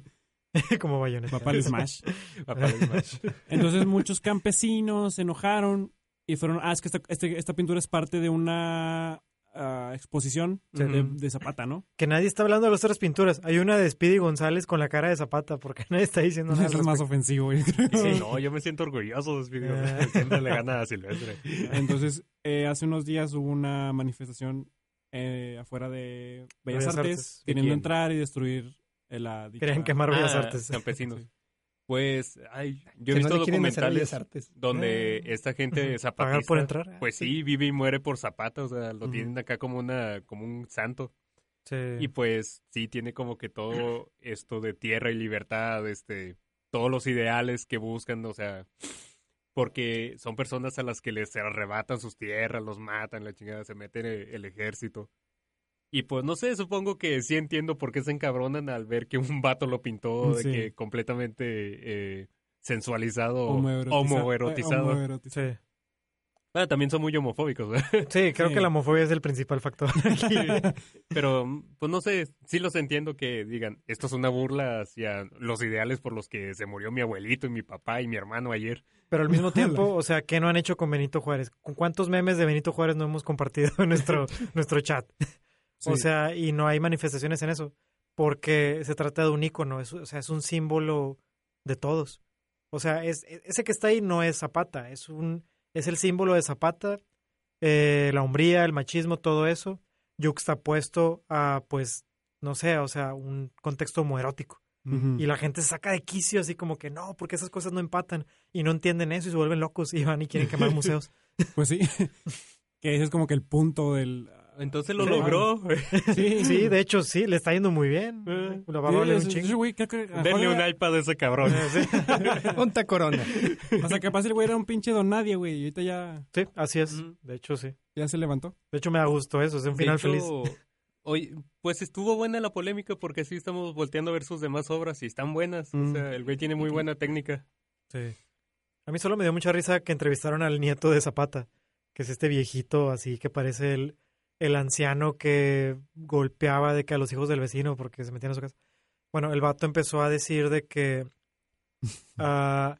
como bayoneta. Papá de Smash. Papá del macho. Entonces muchos campesinos se enojaron y fueron, ah, es que esta, este- esta pintura es parte de una ah, exposición Sí. de, de Zapata, ¿no? Que nadie está hablando de las otras pinturas. Hay una de Speedy González con la cara de Zapata, porque nadie está diciendo nada. al Eso es más ofensivo. yo creo. Sí, no, yo me siento orgulloso de Speedy González. Siempre le gana a Silvestre. Entonces, eh, hace unos días hubo una manifestación eh, afuera de Bellas, Bellas Artes, Artes. queriendo quién? entrar y destruir eh, la... dicha- Querían quemar Bellas Ah, Artes. Campesinos. Pues, ay, yo he Que no visto le quieren hacer a Bellas documentales Artes. donde esta gente zapatista, Pagar por entrar. pues sí, vive y muere por Zapata, o sea, lo Ujú. tienen acá como una, como un santo. Sí. Y pues sí, tiene como que todo esto de tierra y libertad, este, todos los ideales que buscan, o sea, porque son personas a las que les arrebatan sus tierras, los matan, la chingada, se meten e- el ejército. Y pues no sé, supongo que sí entiendo por qué se encabronan al ver que un vato lo pintó de Sí. que completamente eh, sensualizado, homoerotiza- homoerotizado. eh, homoerotizado. Sí. Ah, también son muy homofóbicos, ¿eh? ¿verdad? Sí, creo Sí. que la homofobia es el principal factor aquí. Pero, mm, pues no sé, sí los entiendo que digan, esto es una burla hacia los ideales por los que se murió mi abuelito y mi papá y mi hermano ayer. Pero al mismo tiempo, o sea, ¿qué no han hecho con Benito Juárez? ¿Con cuántos memes de Benito Juárez no hemos compartido en nuestro, nuestro chat? O Sí. sea, y no hay manifestaciones en eso, porque se trata de un ícono, es, o sea, es un símbolo de todos. O sea, es, e- ese que está ahí no es Zapata, es, un, es el símbolo de Zapata, eh, la hombría, el machismo, todo eso, yuxtapuesto a, pues, no sé, o sea, un contexto homoerótico. Ujú. Y la gente se saca de quicio así como que no, porque esas cosas no empatan y no entienden eso y se vuelven locos y van y quieren quemar museos. Pues sí, que ese es como que el punto del... ah, Entonces lo Sí. logró. Sí, Sí, de hecho, sí, le está yendo muy bien. Eh, Lo va a valer un Sí, chingo. ese güey, creo que- Denle un iPad a ese cabrón. Ah, Ponta corona. O sea, capaz el güey era un pinche don nadie, güey. Y ahorita ya, Sí, así es. Ujú. De hecho, sí. ya se levantó. De hecho, me da gusto eso. Es un final feliz. Oye, pues estuvo buena la polémica porque sí estamos volteando a ver sus demás obras y están buenas. O Mm. sea, el güey tiene muy buena técnica. Sí. A mí solo me dio mucha risa que entrevistaron al nieto de Zapata, que es este viejito así que parece el, el anciano que golpeaba de que a los hijos del vecino porque se metían a su casa. Bueno, el vato empezó a decir de que, ah,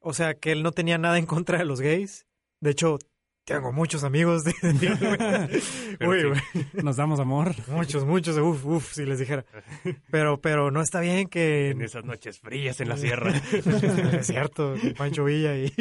o sea, que él no tenía nada en contra de los gays. De hecho, tengo muchos amigos. de- Pero Uy, sí. güey, Nos damos amor. muchos, muchos. Uf, uf, si les dijera. Pero, pero no está bien que En esas noches frías en la sierra. es cierto, Pancho Villa y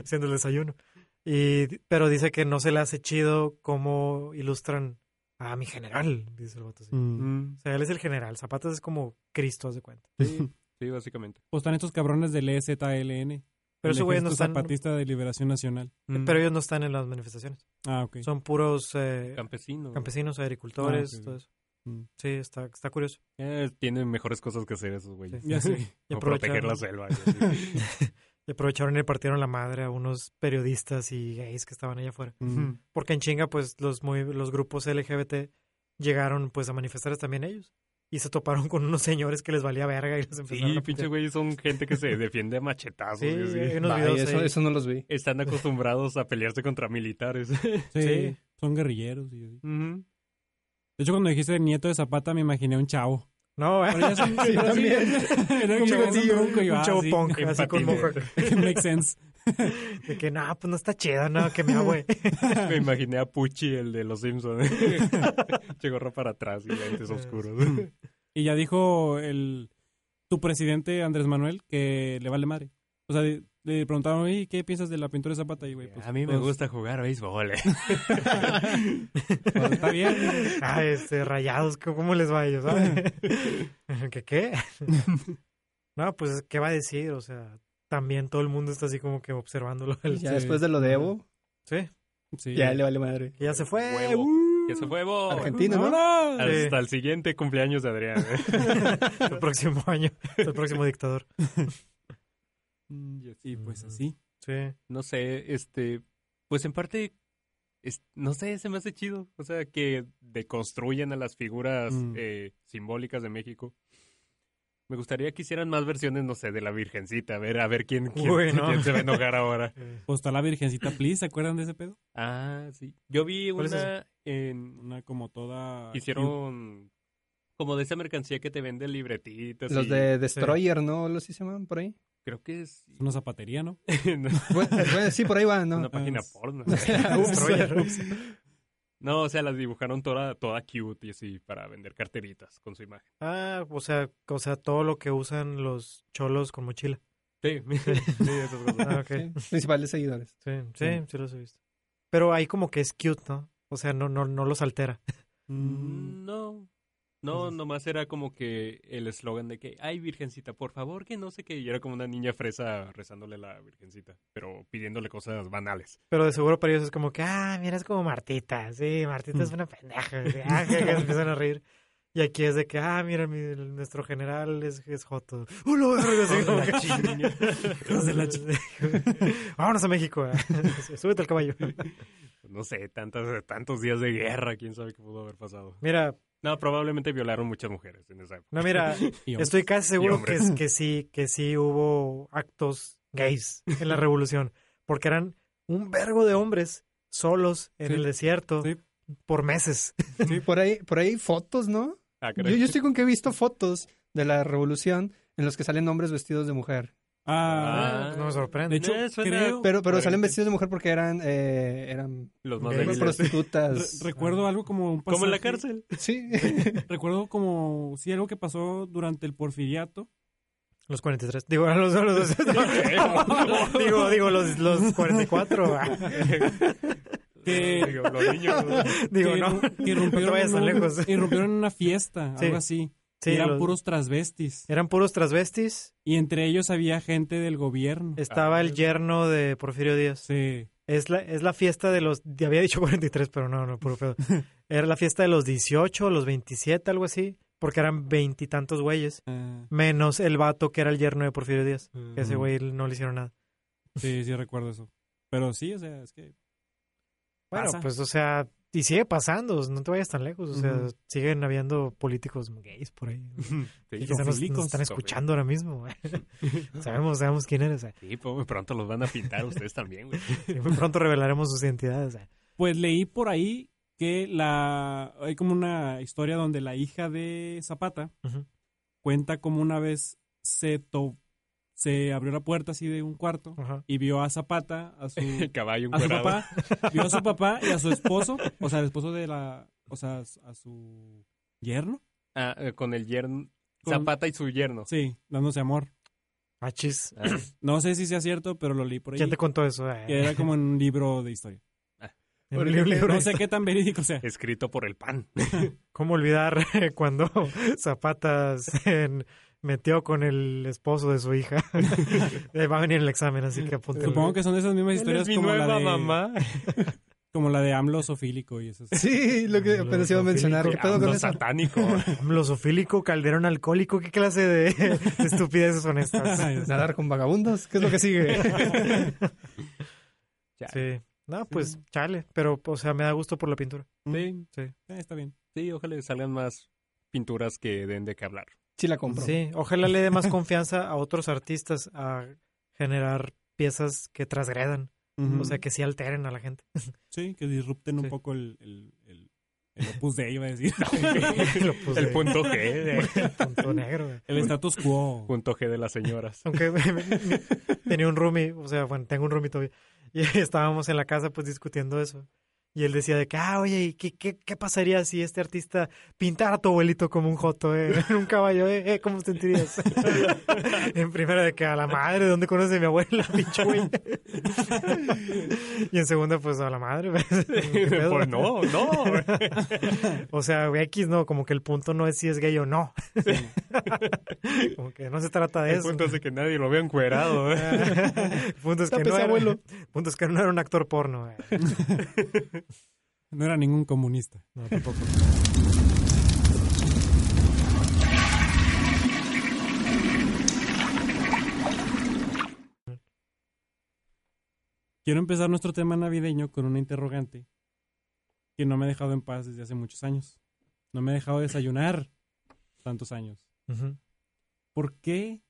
haciendo el desayuno. Y, pero dice que no se le hace chido cómo ilustran a mi general, dice el vato Mm. así. O sea, él es el general, Zapatas es como Cristo, haz de cuenta. Sí, sí, básicamente. Pues están estos cabrones del EZLN. Pero el esos güeyes no Ejército están, Zapatista de Liberación Nacional. pero ellos no están en las manifestaciones. Ah, ok. Son puros eh, Campesino. campesinos, agricultores, Ah, ok, todo eso. Mm. Sí, está, está curioso. Eh, tienen mejores cosas que hacer esos güeyes. Sí. Ya sé. Y O proteger aprovechar, la ¿no? selva. y así. Y Y aprovecharon y le partieron la madre a unos periodistas y gays que estaban allá afuera. Ujú. Porque en chinga, pues, los, muy, los grupos LGBT llegaron, pues, a manifestarse también ellos. Y se toparon con unos señores que les valía verga y los empezaron Sí, a putear. pinche güey, son gente que se defiende a machetazos. Sí, y así. hay unos Ay, videos eso, ahí. eso no los vi. Están acostumbrados a pelearse contra militares. Sí, Sí. son guerrilleros. y- De Ujú. hecho, cuando dijiste el nieto de Zapata, me imaginé un chavo. No, Ahora ya eh. son- ahora sí, Era un Un chavo chavo, tronco y un va, chavo sí. punk, en así con patineta. moja. Makes sense. De que, no, pues no está chida, no, que me hago, güey. Me imaginé a Pucci, el de los Simpsons. Chegorro para atrás y Ah, lentes oscuros. Y ya dijo el tu presidente Andrés Manuel que le vale madre. O sea, de- le preguntaron, oye, ¿qué piensas de la pintura de Zapata? Y güey, pues, a mí me pues, gusta jugar béisbol. eh. pues, está bien. Ah, este, rayados, ¿cómo cómo les va a ellos? ¿sabes? ¿Qué qué? No, pues, ¿qué va a decir? O sea, también todo el mundo está así como que observándolo. El- Ya después de lo de Evo, sí, Sí. ya le vale madre. que ya se fue. Huevo. uh, Que se fue, bo. Argentina, ¿no? ¡Vámonos! Sí. Hasta el siguiente cumpleaños de Adrián. eh. el próximo año, el próximo dictador. Mm, Y pues así. Sí. no sé, este, pues en parte, es- no sé, se me hace chido. O sea, que deconstruyan a las figuras Mm. eh, simbólicas de México. Me gustaría que hicieran más versiones, no sé, de la Virgencita. A ver, a ver quién, quién, Uy, no. quién se va a enojar ahora. eh. Pues está la Virgencita, please, ¿se acuerdan de ese pedo? Ah, sí. Yo vi ¿Cuál es una en... Una como toda... Hicieron como de esa mercancía que te vende libretitas. Los y- de Destroyer, ¿no? ¿Los sí se llaman por ahí? Creo que es... Es una zapatería, ¿no? no, Bueno, bueno, sí, por ahí van, ¿no? Una Ah, página es- porno. Destroyer. No, o sea, las dibujaron toda, toda cute y así para vender carteritas con su imagen. Ah, o sea, o sea, todo lo que usan los cholos con mochila. Sí, esas cosas. Ah, ok. Sí, Principales seguidores. Sí, sí, sí, los he visto. Pero ahí como que es cute, ¿no? O sea, no, no, no los altera. Mm, No. No, nomás era como que el eslogan de que, ay, virgencita, por favor, que no sé qué. Y era como una niña fresa rezándole a la virgencita, pero pidiéndole cosas banales. Pero de seguro para ellos es como que, ah, mira, es como Martita. Sí, Martita Mm. es una pendeja. sí, ah, que, que se empiezan a reír. Y aquí es de que, ah, mira, mi- nuestro general es, es Joto. ¡Uh, lo verga! Así como que- Hijos de la Vámonos a México. eh. Súbete al caballo. No sé, tantas, tantos días de guerra, quién sabe qué pudo haber pasado. Mira, No, probablemente violaron muchas mujeres en esa época. no, mira, y hombres. Estoy casi seguro que, hombres. que sí, que sí hubo actos gays en la revolución, porque eran un vergo de hombres solos en Sí. el desierto Sí. por meses. Sí, por ahí, por ahí hay fotos, ¿no? Ah, Yo, caray. yo estoy con que he visto fotos de la revolución en los que salen hombres vestidos de mujer. Ah, No me sorprende. de hecho, Eh, suena- creo... Pero, pero Por salen ahí. vestidos de mujer porque eran, eh, eran Los más Gays. débiles. prostitutas. re- ah. recuerdo algo como un Como en la pasaje- cárcel. sí. Recuerdo como... Sí, algo que pasó durante el porfiriato. Los 43. Digo, los, los- digo, digo, los, los 44. Que... Digo, los niños. digo, que no. irru- que no te irrumpieron, vayas tan en un- lejos. irrumpieron en una fiesta, Sí. algo así. Sí, y eran los- puros transvestis. eran puros transvestis. Y entre ellos había gente del gobierno. Estaba el yerno de Porfirio Díaz. Sí. Es la, es la fiesta de los. ya Había dicho 43, pero no, no, puro pedo. Era la fiesta de los 18, los 27, algo así. Porque eran veintitantos güeyes. Ah, Menos el vato que era el yerno de Porfirio Díaz. Que ese Mm. güey no le hicieron nada. sí, sí recuerdo eso. Pero sí, o sea, es que... Bueno, Pasa. pues, o sea. Y sigue pasando, no te vayas tan lejos. O sea, Ujú. siguen habiendo políticos gays por ahí. Sí, Y quizá nos, Zofilicos. nos están escuchando ahora mismo. güey. sabemos, sabemos quién eres. eh. Sí, pues, pronto los van a pintar ustedes también, güey. Y muy pronto revelaremos sus identidades. eh. Pues leí por ahí que la... Hay como una historia donde la hija de Zapata Ujú. cuenta como una vez se, to- se abrió la puerta así de un cuarto Ajá. y vio a Zapata, a su El caballo a su encuerado. papá, vio a su papá y a su esposo, o sea, el esposo de la, o sea, a su yerno, Ah, eh, con el yerno. Con- Zapata y su yerno. sí, dándose amor. Ah, chis. Ah, No sé si sea cierto, pero lo leí por ahí. ¿Quién te contó eso? Que eh? era como en un libro de historia. En un libro No de sé qué tan verídico sea. escrito por el pan. ¿Cómo olvidar cuando Zapata se metió con el esposo de su hija? Eh, Va a venir el examen, así que apúntelo. Supongo que son de esas mismas Él historias es mi como la nueva de mamá. Como la de AMLO sofílico y esas. Sí, lo que Lo apenas iba a mencionar. ¿Qué zofílico. pedo Ando con eso? ah, satánico. Losofílico, calderón alcohólico, ¿qué clase de, de estupideces son estas? Ay, o sea, Nadar con vagabundos. ¿Qué es lo que sigue? Sí. No, pues chale, pero o sea, me da gusto por la pintura. Sí, eh, está bien. sí, ojalá salgan más pinturas que den de qué hablar. Sí la compro. Sí, ojalá le dé más confianza a otros artistas a generar piezas que transgredan, o sea, que sí alteren a la gente. Sí, que disrupten Sí. un poco el, el, el, el opus de, iba a decir. Lo puse. El punto G, de- El punto negro. güey. el status quo. punto G de las señoras. Aunque me- me- tenía un roomie, o sea, bueno, tengo un roomie todavía, y estábamos en la casa pues discutiendo eso. Y él decía de que, ah, oye, ¿y qué, qué, qué pasaría si este artista pintara a tu abuelito como un joto, eh? un caballo, eh? eh, ¿Cómo te sentirías? en primera de que, a la madre, ¿de dónde conoce a mi abuela, pinche güey? y en segunda, pues, a la madre. ¿qué pedo? Pues no, no. O sea, güey, X no, como que el punto no es si es gay o no. como que no se trata de El eso. punto es de que nadie lo vea encuerado. ¿eh? punto es que Tápese, no era, abuelo. punto es que no era un actor porno. eh. No era ningún comunista. No, tampoco. Quiero empezar nuestro tema navideño con una interrogante que no me ha dejado en paz desde hace muchos años. No me ha dejado desayunar tantos años. Ujú. ¿Por qué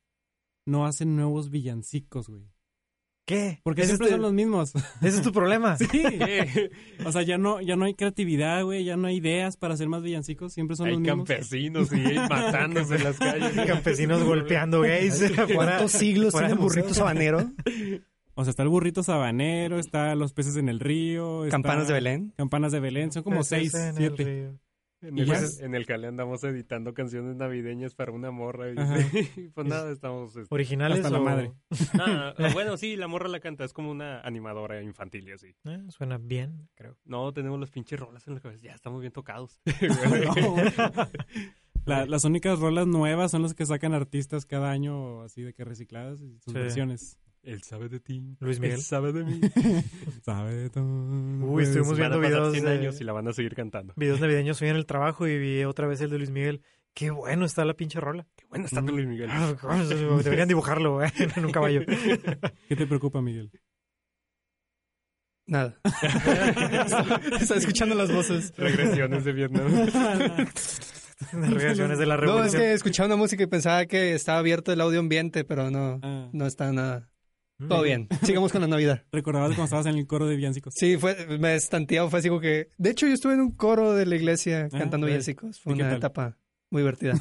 no hacen nuevos villancicos, güey? ¿Qué? Porque ¿Ese, es este siempre tu, son los mismos. ese es tu problema? Sí. O sea, ya no, ya no hay creatividad, güey. Ya no hay ideas para hacer más villancicos. Siempre son los Hay mismos. campesinos y matándose en las calles. Campesinos golpeando gays. eh, afuera. ¿Cuántos siglos fuera tiene de museo. burrito sabanero? O sea, está el burrito sabanero, está los peces en el río. pues, está- Campanas de Belén. Campanas de Belén. Son como Peces seis, en el siete. río. En Y pues el, ya. en el cale andamos editando canciones navideñas para una morra. Y, Ajá. pues nada, estamos. este, Originales. Hasta la o- madre. Ah, ah, bueno, sí, la morra la canta, es como una animadora infantil y así. Eh, Suena bien, creo. No, tenemos los pinches rolas en la cabeza, ya estamos bien tocados. No, güey. La- las únicas rolas nuevas son las que sacan artistas cada año, así de que recicladas, y sus Sí. versiones. Él sabe de ti, Luis Miguel. él sabe de mí. Sabe todo. Pues, Uy, estuvimos Van a viendo pasar videos 100 de- años y la van a seguir cantando. Videos navideños hoy en el trabajo y vi otra vez el de Luis Miguel. Qué bueno está la pinche rola. Qué bueno está tu Luis Miguel. Ah. Deberían dibujarlo eh, en un caballo. ¿Qué te preocupa, Miguel? Nada. Estaba escuchando las voces. Regresiones de Vietnam. Las reacciones de la No, es revolución. que escuchaba una música y pensaba que estaba abierto el audio ambiente, pero no, Ah, no está nada. Mm. Todo bien. Sigamos con la Navidad. ¿Recordabas cuando estabas en el coro de villancicos? Sí, fue, me estanteado, fue así como que... De hecho, yo estuve en un coro de la iglesia Ah, cantando ok. villancicos. Fue ¿Y qué una tal? etapa muy divertida.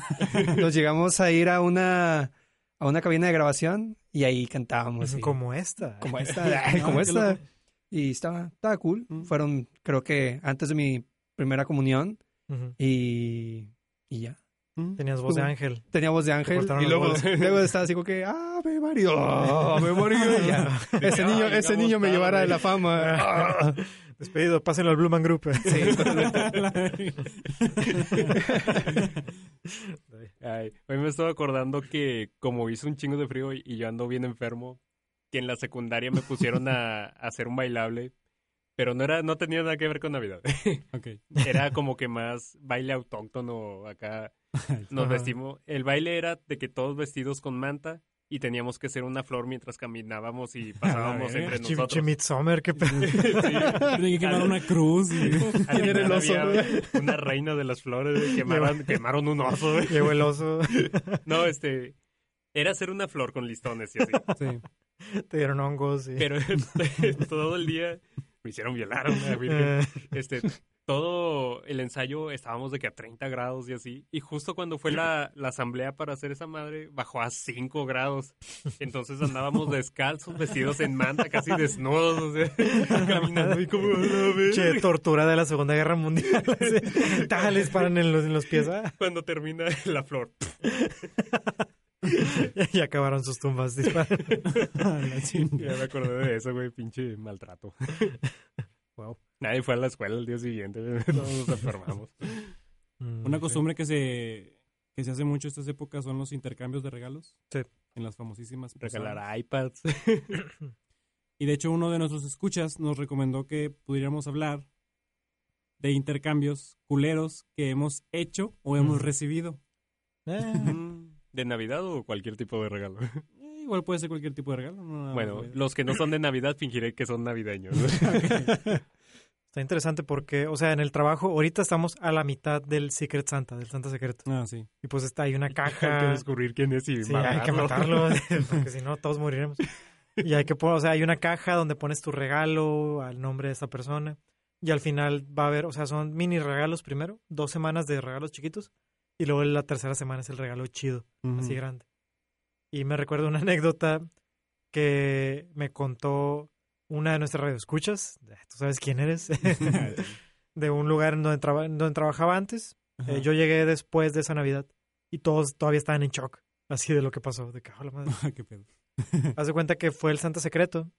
Nos llegamos a ir a una, a una cabina de grabación y ahí cantábamos. y- Como esta. como esta, como qué esta. loco. Y estaba, estaba cool. Mm. Fueron, creo que antes de mi primera comunión Ujú. y, y ya. ¿Mm? Tenías voz de ángel. Tenía voz de Te ángel cortaron y los luego, bolos. luego estaba así como que, ah, me marido, ah, me marido. Y ya. Ese Ya, niño, ese llegamos niño me tarde. llevará a la fama. Ah. Despedido, pásenlo al Blue Man Group. Sí, totalmente. La verga. Ay, hoy me estaba acordando que como hizo un chingo de frío y- y yo ando bien enfermo, que en la secundaria me pusieron a, a hacer un bailable, pero no era, no tenía nada que ver con Navidad. Ok. Era como que más baile autóctono acá. Nos Ajá. vestimos. El baile era de que todos vestidos con manta y teníamos que ser una flor mientras caminábamos y pasábamos verga. entre Chi- chi- nosotros. Midsommar, qué pedo. Tiene que quemar una cruz. y- Al ¿Quién era el final oso, había Una reina de las flores quemaron, quemaron un oso. güey. Llegó el oso, No, este. Era hacer una flor con listones y así. Sí. te dieron hongos. Y, Pero todo el día me hicieron violar a una Eh, virgen. Este, todo el ensayo estábamos de que a 30 grados y así. Y justo cuando fue la, la asamblea para hacer esa madre, bajó a 5 grados. Entonces andábamos descalzos, vestidos en manta, casi desnudos. O sea, caminando y como... "A ver". che, tortura de la Segunda Guerra Mundial. así. Tales paran en los, en los pies. ah, Cuando termina la flor. Y acabaron sus tumbas. disparan. Ah, la chinga. Ya me acordé de eso, güey, pinche maltrato. Wow. Nadie fue a la escuela el día siguiente, todos nos enfermamos. Mm, Una sí. costumbre que se, que se hace mucho estas épocas son los intercambios de regalos. Sí. En las famosísimas. posadas. Regalar iPads. Y de hecho uno de nuestros escuchas nos recomendó que pudiéramos hablar de intercambios culeros que hemos hecho o hemos Mm. recibido. Eh, mm, ¿De Navidad o cualquier tipo de regalo? Eh, igual puede ser cualquier tipo de regalo. no nada más Bueno, Navidad. los que no son de Navidad fingiré que son navideños. ¿no? está interesante porque, o sea, en el trabajo ahorita estamos a la mitad del Secret Santa, del Santa Secreto. Ah, sí. Y pues está, hay una Hay que caja. descubrir quién es y Sí, hay que matarlo, porque si no, todos moriremos. Y hay que poner, o sea, hay una caja donde pones tu regalo al nombre de esta persona. Y al final va a haber, o sea, son mini regalos primero, dos semanas de regalos chiquitos. Y luego la tercera semana es el regalo chido, así Mm. Ujú. grande. Y me recuerdo una anécdota que me contó una de nuestras radioescuchas, eh, tú sabes quién eres, de un lugar en donde, traba- en donde trabajaba antes. Ajá. Eh, yo llegué después de esa Navidad y todos todavía estaban en shock, así de lo que pasó. De que, "Ah, la madre". Ah, qué pedo. Haz de cuenta que fue el Santa Secreto.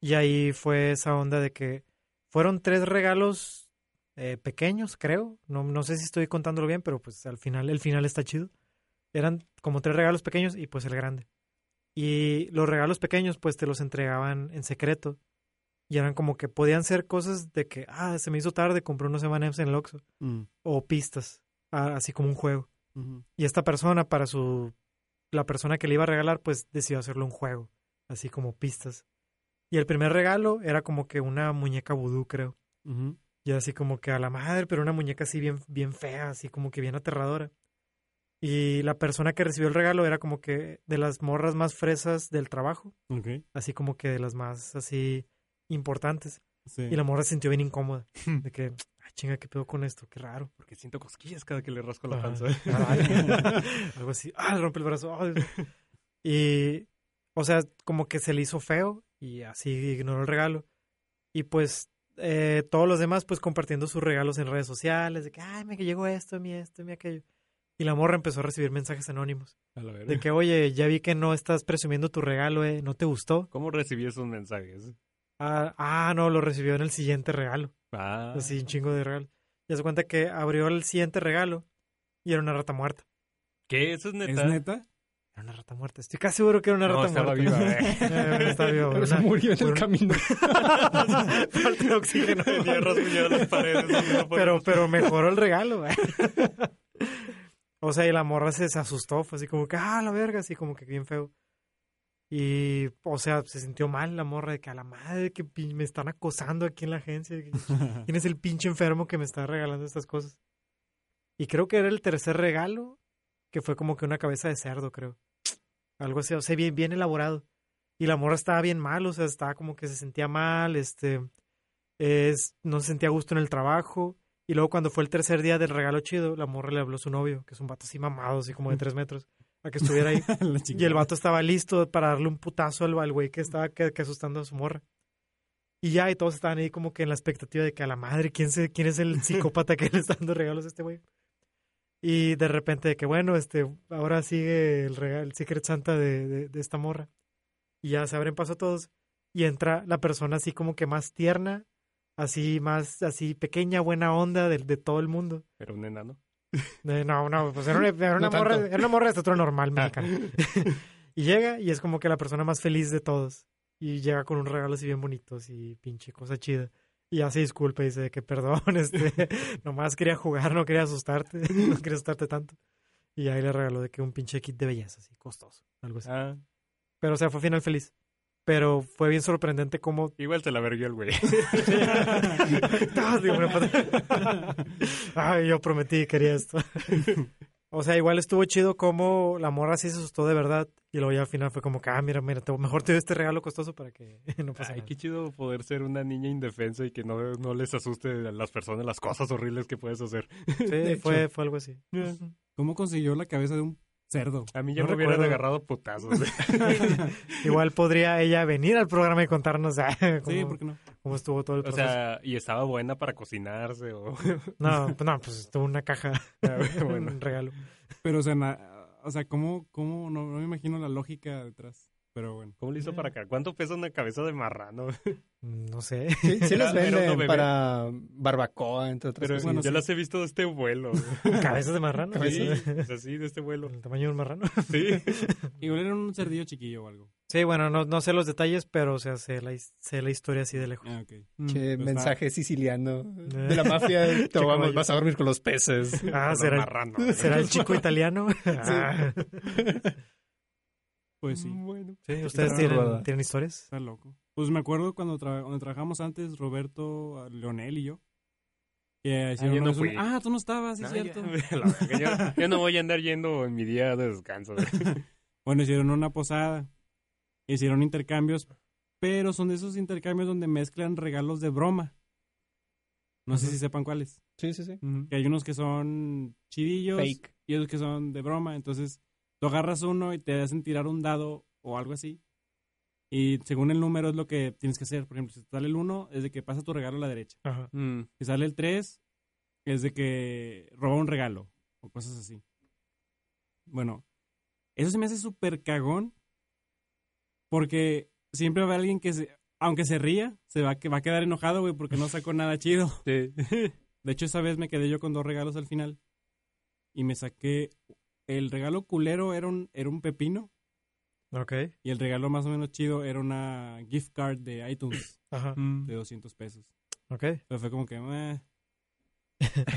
y ahí fue esa onda de que fueron tres regalos eh, pequeños, creo. No, no sé si estoy contándolo bien, pero pues al final, el final está chido. Eran como tres regalos pequeños y pues el grande. Y los regalos pequeños pues te los entregaban en secreto. Y eran como que podían ser cosas de que, ah, se me hizo tarde, compré unos M&M's en el Oxxo Mm, o pistas, a- así como un juego. ujú. Y esta persona, para su. La persona que le iba a regalar, pues decidió hacerle un juego, así como pistas. Y el primer regalo era como que una muñeca vudú, creo. Ujú. Y era así como que a la madre, pero una muñeca así bien, bien fea, así como que bien aterradora. Y la persona que recibió el regalo era como que de las morras más fresas del trabajo, Ok, así como que de las más así importantes. sí. Y la morra se sintió bien incómoda, de que, ah, chinga, ¿qué pedo con esto? Qué raro. Porque siento cosquillas cada que le rasco la Ajá. panza. Ay, Algo así. Ah, le rompe el brazo. Ah, Dios. y, o sea, como que se le hizo feo y así ignoró el regalo. Y pues eh, todos los demás, pues compartiendo sus regalos en redes sociales, de que, ay, me llegó esto, mi esto, mi aquello. Y la morra empezó a recibir mensajes anónimos. A la verga. De que, oye, ya vi que no estás presumiendo tu regalo, eh, ¿no te gustó? ¿Cómo recibí esos mensajes? Ah, ah, no, lo recibió en el siguiente regalo. Ah, Así, un chingo de regalo. Y se cuenta que abrió el siguiente regalo y era una rata muerta. ¿Qué? ¿Eso es neta? ¿Es neta? Era una rata muerta. Estoy casi seguro que era una No, rata estaba muerta. viva, eh. Eh, no estaba viva. Pero se una- murió en el por- camino. Falta de oxígeno. Tenía rasguñadas las paredes. no podía- pero, pero mejoró el regalo. eh. o sea, y la morra se, se asustó. Fue así como que, ah, la verga. Así como que bien feo. Y, o sea, se sintió mal la morra de que a la madre que pin- me están acosando aquí en la agencia. de que- ¿Quién es el pinche enfermo que me está regalando estas cosas? Y creo que era el tercer regalo, que fue como que una cabeza de cerdo, creo. Algo así, o sea, bien, bien elaborado. Y la morra estaba bien mal, o sea, estaba como que se sentía mal, este, es, no se sentía a gusto en el trabajo. Y luego cuando fue el tercer día del regalo chido, la morra le habló a su novio, que es un vato así mamado, así como de tres metros, a que estuviera ahí. La Y el vato estaba listo para darle un putazo al, al güey que estaba que, que asustando a su morra. Y ya, y todos estaban ahí como que en la expectativa de que a la madre, ¿quién, se, quién es el psicópata que le está dando regalos a este güey? Y de repente de que, bueno, este, ahora sigue el, regalo, el Secret Santa de, de- de esta morra. Y ya se abren paso todos. Y entra la persona así como que más tierna, así más, así pequeña, buena onda de, de todo el mundo. Era un enano. Eh, No, no, pues era una, era una No morra, tanto. era una morra de estatura normal mexicana. y llega y es como que la persona más feliz de todos. Y llega con un regalo así bien bonito, así pinche cosa chida. Y ya se disculpa y dice de que perdón, este, nomás quería jugar, no quería asustarte, no quería asustarte tanto. Y ahí le regaló de que un pinche kit de belleza, así costoso, algo así. Ah, Pero o sea, fue final feliz. Pero fue bien sorprendente cómo... igual se la verguió el güey. Ah, digo, una pata- Ay, yo prometí que quería esto. O sea, igual estuvo chido como la morra sí se asustó de verdad. Y luego ya al final fue como que, ah, mira, mira, te- mejor te doy este regalo costoso para que no pase Pues, Ay, nada. qué chido poder ser una niña indefensa y que no, no les asuste a las personas las cosas horribles que puedes hacer. Sí, fue, fue algo así. ¿Cómo consiguió la cabeza de un cerdo? A mí ya No me hubieran recuerdo. agarrado putazos. Igual podría ella venir al programa y contarnos ah, cómo, Sí, ¿por qué no? cómo estuvo todo el O proceso. sea, y estaba buena para cocinarse o... no, pues, no, pues estuvo una caja, Ah, bueno. un regalo. Pero, o sea, na- o sea ¿cómo, cómo? No, no me imagino la lógica detrás. Pero bueno. ¿Cómo le hizo para acá? ¿Cuánto pesa una cabeza de marrano? No sé. Sí, sí Era- los era uno venden bebé. para barbacoa, entre otras Pero cosas. bueno, yo sí. Mm, las he visto de este vuelo. Cabezas de marrano. Cabezas Sí, Sí. así de este vuelo. El tamaño de un marrano. Sí. Igual era un cerdillo chiquillo o algo. Sí, bueno, no, no sé los detalles, pero o sea, sé la, his- sé la historia así de lejos. Ah, ok. Che, Pues va. mensaje siciliano de la mafia. Te Qué vamos, caballo. vas a dormir con los peces. Ah, Los será, marranos. será el chico italiano. Ah, Pues sí, Ah, Bueno. sí, ¿Ustedes Está tienen, robada. tienen historias? está loco. Pues me acuerdo cuando, tra- cuando trabajamos antes, Roberto, ah, Leonel y yo. que hicieron yo una no vez una- fui. ah, tú no estabas, sí, No, es ya- cierto. la verga, yo, yo no voy a andar yendo en mi día de descanso. Bueno, hicieron una posada, hicieron intercambios, pero son de esos intercambios donde mezclan regalos de broma. No sé si sepan cuáles. Sí, sí, sí. Que hay unos que son chidillos Fake. y otros que son de broma. Entonces, tú agarras uno y te hacen tirar un dado o algo así. Y según el número es lo que tienes que hacer. Por ejemplo, si te sale el 1, es de que pasa tu regalo a la derecha. Ajá. Mm. Si sale el 3, es de que roba un regalo o cosas así. Bueno, eso se me hace súper cagón porque siempre va a haber alguien que, se- aunque se ría, se va, que va a quedar enojado, güey, porque no sacó nada chido. De hecho, esa vez me quedé yo con dos regalos al final y me saqué... El regalo culero era un, era un pepino Ok. y el regalo más o menos chido era una gift card de iTunes Ajá. Mm. de 200 pesos. Ok. Pero fue como que... meh,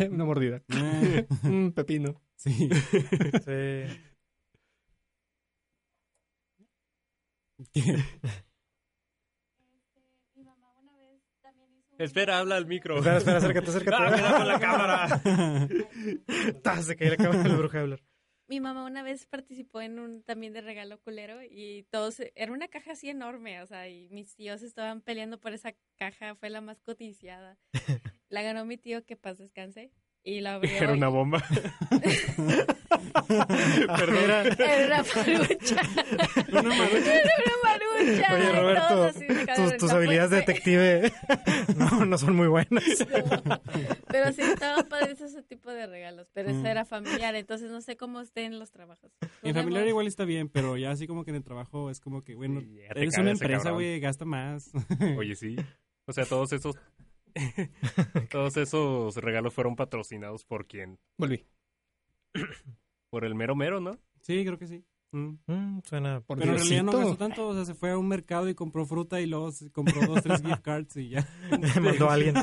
Una mordida. meh. Mm, pepino. Sí. Sí. ¿Qué? Este, Mi mamá una vez también hizo. un- Espera, habla al micro. Espera, espera, acércate, acércate. Ah, mira, con la cámara. Ta, se cae la cámara del bruja de hablar. Mi mamá una vez participó en un también de regalo culero y todos. Era una caja así enorme, o sea, y mis tíos estaban peleando por esa caja, fue la más cotizada. La ganó mi tío, que paz descanse. Y la abrió. Era una bomba. Perdón. Era una marucha. Era una marucha. Oye, Y Roberto, todos así de cabrón, Tus, tus no habilidades de puede detective no, no son muy buenas. ser. Pero sí estaban padres ese tipo de regalos. Pero Mm. eso era familiar, entonces no sé cómo estén los trabajos. En Nos familiar vemos. igual está bien, pero ya así como que en el trabajo es como que, bueno, Sí, ya te eres una cagas, eh, empresa, cabrón. güey, gasta más. Oye, sí. O sea, todos esos. todos esos regalos fueron patrocinados por quién? Volví. Por el mero mero, ¿no? Sí, creo que sí. Mm, suena Por Pero en realidad no Diosito. gastó tanto, o sea, se fue a un mercado y compró fruta y luego se compró dos, tres gift cards y ya. mandó a alguien.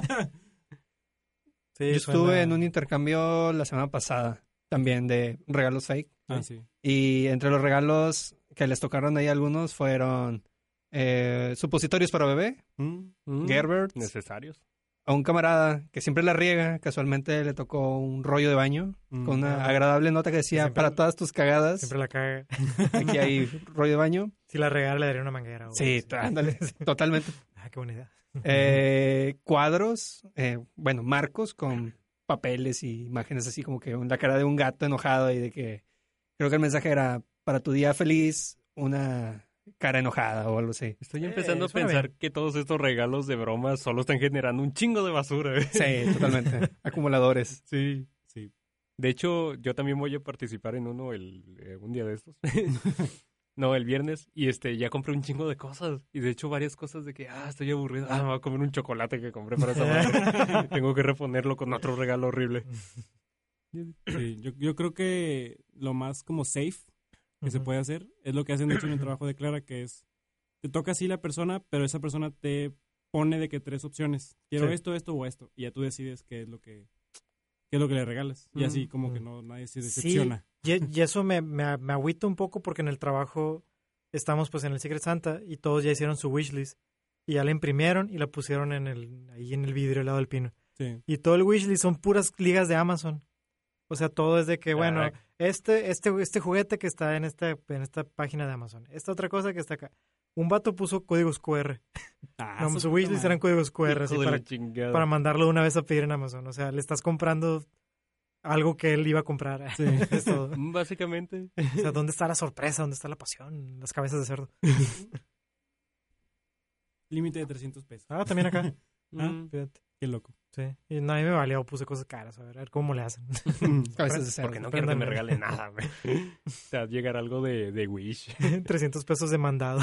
Sí, Yo suena- estuve en un intercambio la semana pasada también de regalos fake. Ah, sí. Y entre los regalos que les tocaron ahí algunos fueron eh, supositorios para bebé, Mm. Gerbert, Necesarios. a un camarada que siempre la riega, casualmente le tocó un rollo de baño Mm. con una Ah. agradable nota que decía, Siempre- para todas tus cagadas, Siempre la caga. aquí hay rollo de baño. Si la regara, le daría una manguera. o- Sí, ándale, totalmente. Ah, qué buena idea. Eh, cuadros, eh, bueno, marcos con papeles y imágenes así como que un- la cara de un gato enojado y de que creo que el mensaje era para tu día feliz una cara enojada o algo así. Estoy Eh, empezando a suena pensar que todos estos regalos de broma solo están generando un chingo de basura. eh. Sí, totalmente. Acumuladores. Sí. Sí. De hecho, yo también voy a participar en uno el, eh, un día de estos. no, el viernes. Y este, ya compré un chingo de cosas. Y de hecho, varias cosas de que, ah, estoy aburrido. Ah, me voy a comer un chocolate que compré para esa madre. Tengo que reponerlo con otro regalo horrible. Sí, yo, yo creo que lo más como safe que se Ujú. puede hacer es lo que hacen de hecho en el trabajo de Clara, que es, te toca así la persona, pero esa persona te pone de que tres opciones, quiero Sí. esto, esto o esto, y ya tú decides qué es lo que, qué es lo que le regalas. Y así como que no, nadie se Sí. decepciona. Y, y eso me, me, me agüita un poco porque en el trabajo estamos pues en el Secret Santa y todos ya hicieron su wishlist y ya la imprimieron y la pusieron en el ahí en el vidrio al lado del pino. Sí. Y todo el wishlist son puras ligas de Amazon. O sea, todo es de que, bueno, Ah. este, este, este juguete que está en esta, en esta página de Amazon, esta otra cosa que está acá. Un vato puso códigos QR. Ah, No, su su puta wishlist madre. eran códigos QR así Hijo de la para, chingada. para mandarlo de una vez a pedir en Amazon. O sea, le estás comprando algo que él iba a comprar. Sí. Es todo. Mm, Básicamente. O sea, ¿dónde está la sorpresa? ¿Dónde está la pasión? Las cabezas de cerdo. Límite de 300 pesos. Ah, también acá. Ah, Fíjate. qué loco. Sí. Y nadie me valió, puse cosas caras. A ver, a ver cómo le hacen. Cabezas de cerdo. Porque no quiero que Préndame. me regalen nada, güey. O sea, llegar algo de, de Wish. 300 pesos de mandado.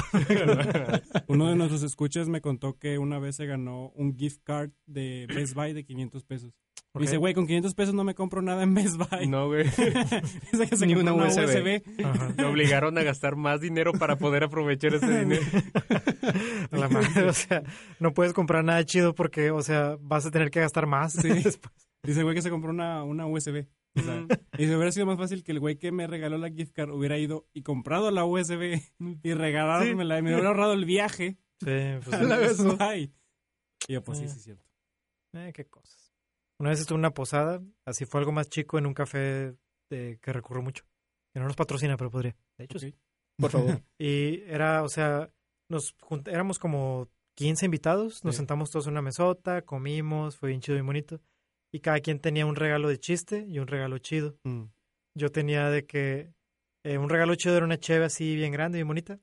Uno de nuestros escuchas me contó que una vez se ganó un gift card de Best Buy de 500 pesos. Ok. Dice, güey, con 500 pesos no me compro nada en Best Buy. No, güey. Dice que se Ni compró una una USB. USB. Ajá. Me obligaron a gastar más dinero para poder aprovechar ese dinero. A la madre, o sea, no puedes comprar nada chido porque, o sea, vas a tener que gastar más. Sí. después. Dice, güey, que se compró una, una USB. O sea, dice, hubiera sido más fácil que el güey que me regaló la gift card hubiera ido y comprado la USB y regalármela y me hubiera ahorrado el viaje Sí, pues, a la Best Buy. Y yo, pues sí, Sí. sí, es cierto. eh, qué cosas. Una vez estuve en una posada, así fue algo más chico en un café de- que recurro mucho. Que no nos patrocina, pero podría. De hecho, Ok. sí. Por favor. Y era, o sea, nos junt- éramos como 15 invitados, nos Sí. sentamos todos en una mesota, comimos, fue bien chido y bonito. Y cada quien tenía un regalo de chiste y un regalo chido. Mm. Yo tenía de que eh, un regalo chido era una cheve así bien grande, bien bonita.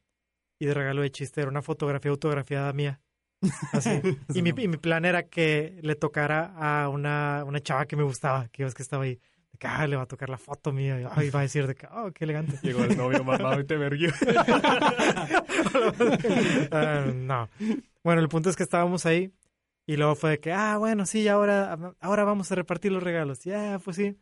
Y de regalo de chiste era una fotografía autografiada mía. Así. y, mi, y mi plan era que le tocara a una, una chava que me gustaba, que es que estaba ahí. De que, "Ah, le va a tocar la foto mía. Y ay, va a decir de que, oh, qué elegante. Llegó el novio mamado y te verguió. Ah, no. Bueno, el punto es que estábamos ahí y luego fue de que, ah, bueno, sí, ya ahora, ah, ahora vamos a repartir los regalos. Ya, pues sí.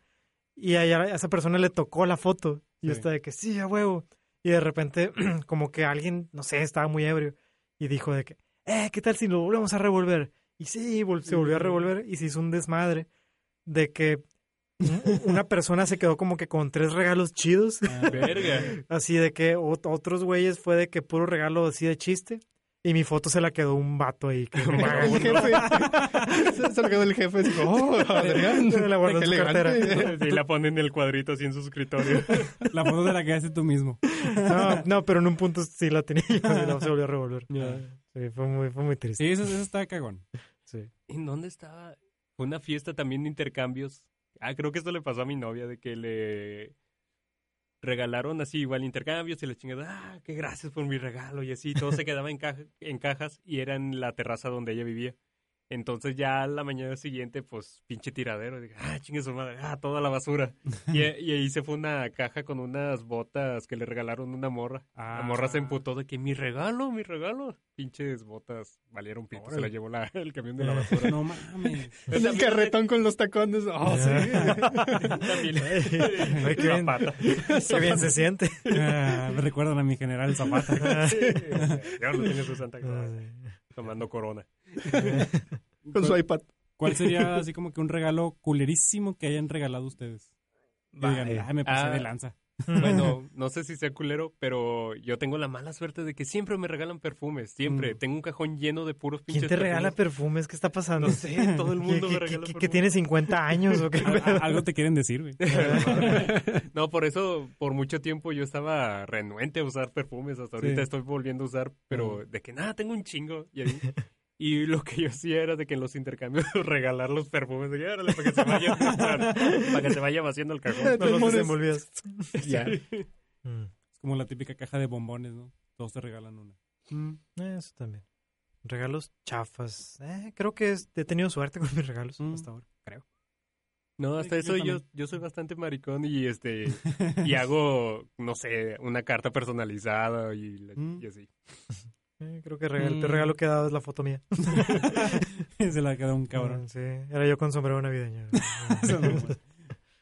Y a, a esa persona le tocó la foto y yo Sí. estaba de que, sí, a huevo. Y de repente, como que alguien, no sé, estaba muy ebrio y dijo de que, eh, ¿qué tal si lo volvemos a revolver? Y sí, vol- se volvió a revolver y se hizo un desmadre de que un- una persona se quedó como que con tres regalos chidos Verga. Así de que ot- otros güeyes fue de que puro regalo así de chiste. Y mi foto se la quedó un vato ahí. Que me caga. el jefe. Se- Se lo quedó el jefe. Digo, oh, Adrián. Se la guardó en qué su elegante. Y la ponen en el cuadrito así en su escritorio. La foto de la que haces tú mismo. no, no, pero en un punto sí la tenía. Y luego se volvió a revolver. Sí, fue muy, fue muy triste. Sí, eso, eso está cagón. ¿En dónde estaba? Una fiesta también de intercambios. Ah, creo que esto le pasó a mi novia, de que le regalaron así igual intercambios y la chingada, ah, qué gracias por mi regalo y así. Todo se quedaba en, caja- en cajas y era en la terraza donde ella vivía. Entonces ya a la mañana siguiente, pues, pinche tiradero. Dije, ah, chingue su madre, ah, toda la basura. Y, y ahí se fue una caja con unas botas que le regalaron una morra. La morra se emputó de que mi regalo, mi regalo. Pinches botas valieron pito, se la llevó la- el camión de la basura. No mames. El carretón con los tacones. Oh, sí. Ah, También. Ay, qué La bien. pata. Qué bien se siente. Ah, me recuerdan a mi general Zapata. Ya no tiene su Santa Claus tomando corona. Con su iPad. ¿Cuál sería así como que un regalo culerísimo que hayan regalado ustedes? Que digan, Vaya. "Ay, me pasé Ah. de lanza. Bueno, no sé si sea culero, pero yo tengo la mala suerte de que siempre me regalan perfumes. Siempre. Mm. Tengo un cajón lleno de puros pinches. ¿Quién te regala perfumes. perfumes? ¿Qué está pasando? No sé, todo el mundo ¿Qué- qué- me regala Ah, qué- perfumes. que tiene 50 años o qué? Al- al- Algo te quieren decir, güey. No, por eso, por mucho tiempo yo estaba renuente a usar perfumes. Hasta ahorita Sí. estoy volviendo a usar, pero Mm. de que nada, tengo un chingo. Y, ahí- y lo que yo hacía era de que en los intercambios regalar los perfumes. De que, "Órale, para que se vaya, para, que se vaya vaciando el cajón. No los desenvolvías. Ya. Mm. Es como la típica caja de bombones, ¿no? Todos te regalan una. Mm, Eh, Eso también. Regalos chafas. Eh, creo que es- he tenido suerte con mis regalos Mm. hasta ahora, creo. No, Sí, hasta yo eso yo, también. yo soy bastante maricón y este y hago, no sé, una carta personalizada y, la- Mm. y así. Eh, creo que regal- el Mm. regalo que he dado es la foto mía. Se la queda un cabrón. Mm, Sí, era yo con sombrero navideño. Eso no, güey.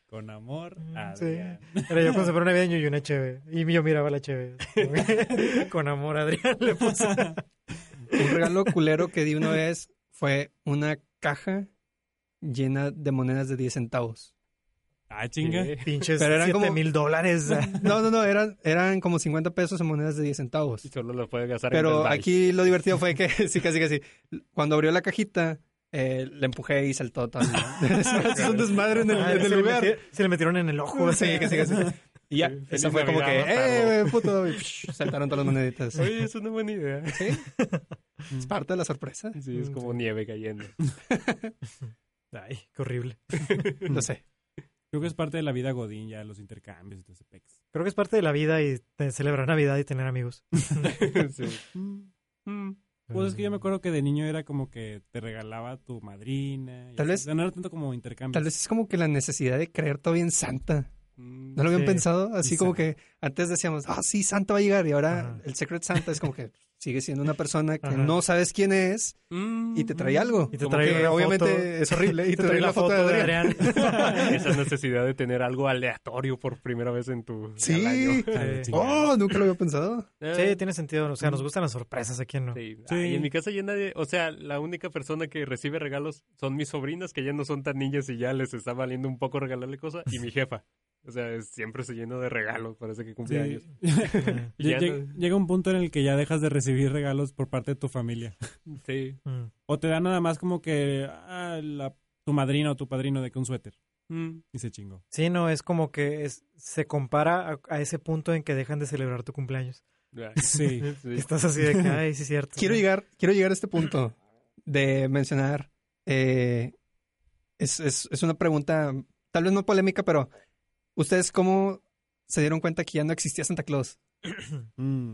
Con amor, Mm, Adrián. era yo con sombrero navideño y una cheve. Y yo miraba la cheve. con amor, Adrián le puse. Un regalo culero que di una vez fue una caja llena de monedas de 10 centavos. Ah, chinga. Pinches Pero eran 7 como- mil dólares. No, no, no, eran, eran como 50 pesos en monedas de 10 centavos. Y solo lo puede gastar en Pero Best Buy. aquí lo divertido fue que, sí, casi, casi, cuando abrió la cajita, eh, la empujé y saltó todo. es un desmadre en el, Ah, en el se, le lugar. meti- se le metieron en el ojo. Sí, casi, casi. Y ya, Feliz esa fue como que, Navidad, ¡eh, puto! Y, psh, saltaron todas las moneditas. Oye, es una buena idea. Mm, Sí, es parte de la sorpresa. Sí, es como nieve cayendo. Ay, qué horrible. No sé. Creo que es parte de la vida Godín ya, los intercambios y todo ese pex. Creo que es parte de la vida y te- celebrar Navidad y tener amigos. Sí. Mm. Pues es que yo me acuerdo que de niño era como que te regalaba tu madrina. y Tal así. vez- O sea, no era tanto como intercambio. Tal vez es como que la necesidad de creer todo bien santa. Mm. ¿No lo habían Sí, pensado? Así sí. como que antes decíamos, ah, sí, Santa va a llegar. Y ahora Ajá. el Secret Santa es como que sigue siendo una persona que Ajá. no sabes quién es Mm, y te trae algo. Y te Como trae que una foto. Obviamente es horrible. Y te, trae, la foto, de Adrián. Esa necesidad de tener algo aleatorio por primera vez en tu al año. Sí. Sí. Oh, nunca lo había pensado. Sí, tiene sentido. O sea, nos gustan las sorpresas aquí, ¿no? Eh, Sí. Ay, en mi casa ya nadie, o sea, la única persona que recibe regalos son mis sobrinas, que ya no son tan niñas y ya les está valiendo un poco regalarle cosas, y mi jefa. O sea, es- siempre se llena de regalos, parece que cumple años. Eh, Y ya Lle- lle- Llega un punto en el que ya dejas de recibir regalos por parte de tu familia. no- sí. mm. O te da nada más como que ah, la- tu madrina o tu padrino de que un suéter. Mm. Y se chingó. Sí, no, es como que es- se compara a, a ese punto en que dejan de celebrar tu cumpleaños. Ay, Sí. sí. Estás así de que, ay, sí, es cierto. Quiero llegar, quiero llegar a este punto de mencionar. eh, es, es, es una pregunta, tal vez no polémica, pero ¿ustedes cómo se dieron cuenta que ya no existía Santa Claus?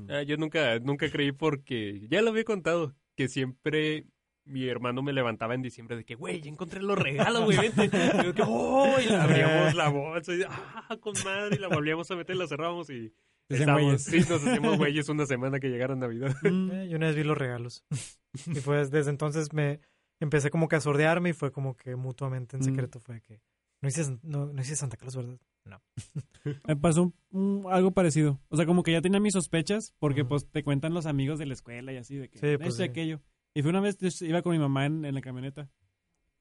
Ah, yo nunca, nunca creí porque ya lo había contado, que siempre mi hermano me levantaba en diciembre de que, güey, ya encontré los regalos, güey, vente. Y yo que, "Oh", y abríamos la bolsa y, ah, con madre, y la volvíamos a meter, la cerrábamos y Se hacen estábamos, güeyes. sí, nos hacíamos güeyes una semana que llegara Navidad. Mm. Eh, yo una vez vi los regalos. Y pues desde entonces me empecé como que a sordearme y fue como que mutuamente en Mm. secreto fue que no hice, no, no hice Santa Claus, ¿verdad? Me pasó un- un- algo parecido. O sea, como que ya tenía mis sospechas porque Ajá. pues te cuentan los amigos de la escuela y así de que Sí, "Este, pues, sí. aquello. Y fue una vez yo iba con mi mamá en, en la camioneta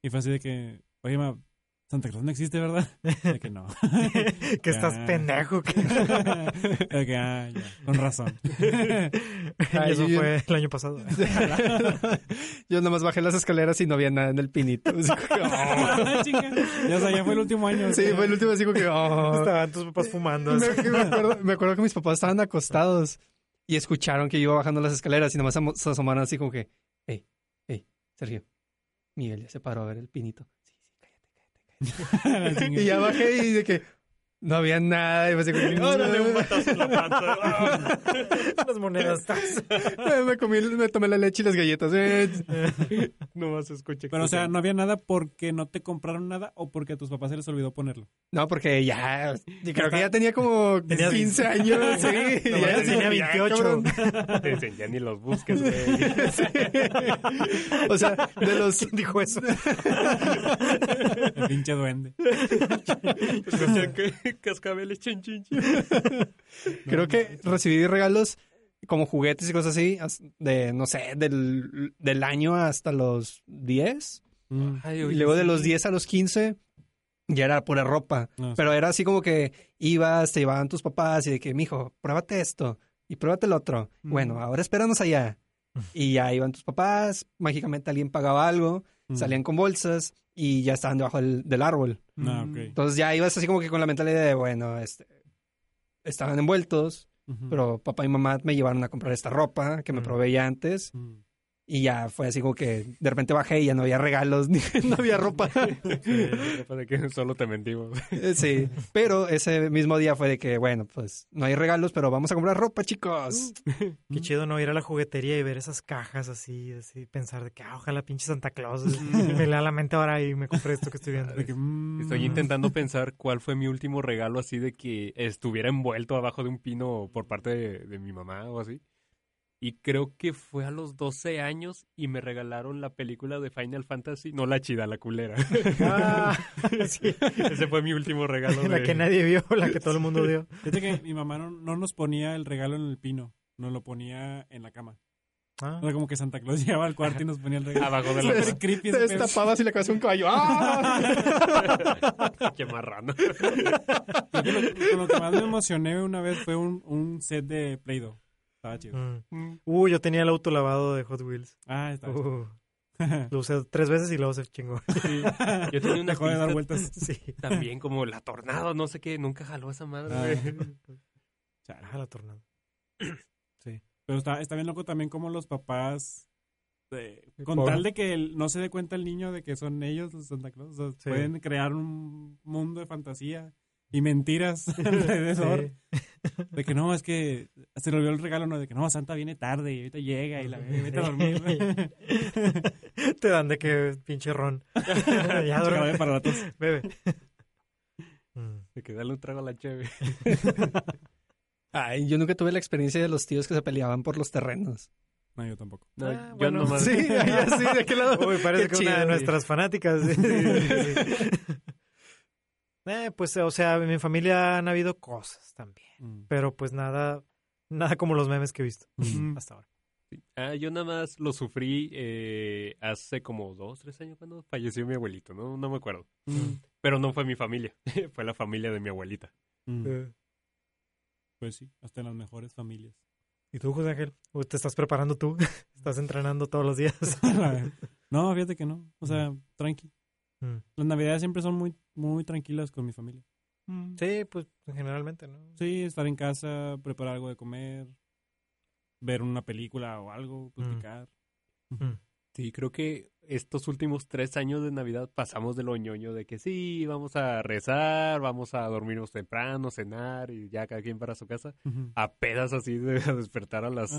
y fue así de que, oye, ma, Santa Claus no existe, ¿verdad? De que no. que estás Ah. pendejo. que- De que, ah, ya, con razón. y Ay, eso yo- fue el año pasado. Yo nomás bajé las escaleras y no había nada en el pinito. Así como que, oh. Chinga. Ya, o sea, ya fue el último año. Sí, fue el último así como que... oh. Estaban tus papás fumando. así. me, me acuerdo, me acuerdo que mis papás estaban acostados y escucharon que yo iba bajando las escaleras y nomás amo- se asomaron así como que, hey, hey, Sergio, Miguel ya se paró a ver el pinito. Sí, sí, cállate, cállate, La cállate. chinga. Y ya bajé y de que no había nada. Y me, así como que, Órale, un patazo en la panza. Ah. Las monedas. me comí, me tomé la leche y las galletas. eh. no más escucha. Pero, o sea, no había nada porque no te compraron nada o porque a tus papás se les olvidó ponerlo. No, porque ya, creo que ya tenía como 15 años. Sí, No, ya ya, tenía ya, 28. cabrón. Te dicen, ya ni los busques, güey. O sea, de los... Dijo eso. El pinche duende. Cascabeles, chin, chin, chin. Creo que recibí regalos como juguetes y cosas así, as- de, no sé, del, del año hasta los 10. Mm. y luego de los 10 a los 15, ya era pura ropa. No, Pero era así como que ibas, te llevaban tus papás y de que, mijo, pruébate esto y pruébate el otro. Bueno, ahora espéranos allá. Y ya iban tus papás, mágicamente alguien pagaba algo, Mm. salían con bolsas y ya estaban debajo del, del árbol. No, Ah, ok. Entonces ya ibas así como que con la mentalidad de, bueno, este, estaban envueltos, Ujú. pero papá y mamá me llevaron a comprar esta ropa que me Mm. probé ya antes Mm. y ya fue así como que de repente bajé y ya no había regalos, ni, no había ropa. Para que solo te mentimos. sí, pero ese mismo día fue de que, bueno, pues no hay regalos, pero vamos a comprar ropa, chicos. Mm, Qué chido, ¿no? Ir a la juguetería y ver esas cajas así, así, pensar de que, ah, ojalá pinche Santa Claus me lea la mente ahora y me compré esto que estoy viendo. De que, mm, Estoy intentando pensar cuál fue mi último regalo así de que estuviera envuelto abajo de un pino por parte de, de mi mamá o así. Y creo que fue a los 12 años y me regalaron la película de Final Fantasy. No la chida, la culera. Ah, sí, Ese fue mi último regalo. la de- que nadie vio, la que todo el mundo vio. Fíjate que mi mamá no, no nos ponía el regalo en el pino, nos lo ponía en la cama. Ah. O sea, como que Santa Claus llegaba al cuarto y nos ponía el regalo. Abajo de Súper la... creepy Te ese pedo. destapabas y le cabeza un caballo. ¡Ah! Qué marrano. Creo que lo- Con lo que más me emocioné una vez fue un, un set de Play-Doh. Estaba chido. Mm. Uh, yo tenía el auto lavado de Hot Wheels. Ah, estaba chido. Uh, lo usé tres veces y luego se chingó. Yo tenía una Dejó de dar pista vueltas. Sí. también como la tornado, no sé qué. Nunca jaló esa madre. Ah. güey. Chale. Ah, la tornado. Pero está, está bien loco también como los papás, eh, con Pobre. tal de que el- no se dé cuenta el niño de que son ellos los Santa Claus, o sea, Sí. pueden crear un mundo de fantasía y mentiras alrededor. Sí. De que no, es que se le olvidó el regalo, no, de que no, Santa viene tarde y ahorita llega y la y vete a dormir. Te dan de que pinche ron. ya Chingada de duerme, para ratos. bebe. Mm. De que dale un trago a la cheve. Ay, yo nunca tuve la experiencia de los tíos que se peleaban por los terrenos. No, yo tampoco. No, Ah, yo bueno. nomás. Sí, ay, así, de qué lado. Uy, parece Qué que una de chido, nuestras fanáticas. Sí, sí, sí. Eh, pues, o sea, en mi familia han habido cosas también. Pero pues nada, nada como los memes que he visto Mm. hasta ahora. Ah, yo nada más lo sufrí eh, hace como dos, tres años cuando falleció mi abuelito, ¿no? No me acuerdo. Pero no fue mi familia, fue la familia de mi abuelita. Eh, mm, Pues sí, hasta en las mejores familias. ¿Y tú, José Ángel? ¿O ¿Te estás preparando tú? ¿Estás entrenando todos los días? no, fíjate que no. O sea, tranqui. Mm. Las navidades siempre son muy, muy tranquilas con mi familia. Sí, pues generalmente, ¿no? Sí, estar en casa, preparar algo de comer, ver una película o algo, platicar. Mm. Sí, creo que estos últimos tres años de Navidad pasamos de lo ñoño de que sí, vamos a rezar, vamos a dormirnos temprano, cenar y ya cada quien para su casa. Ujú. A pedas así de a despertar a las...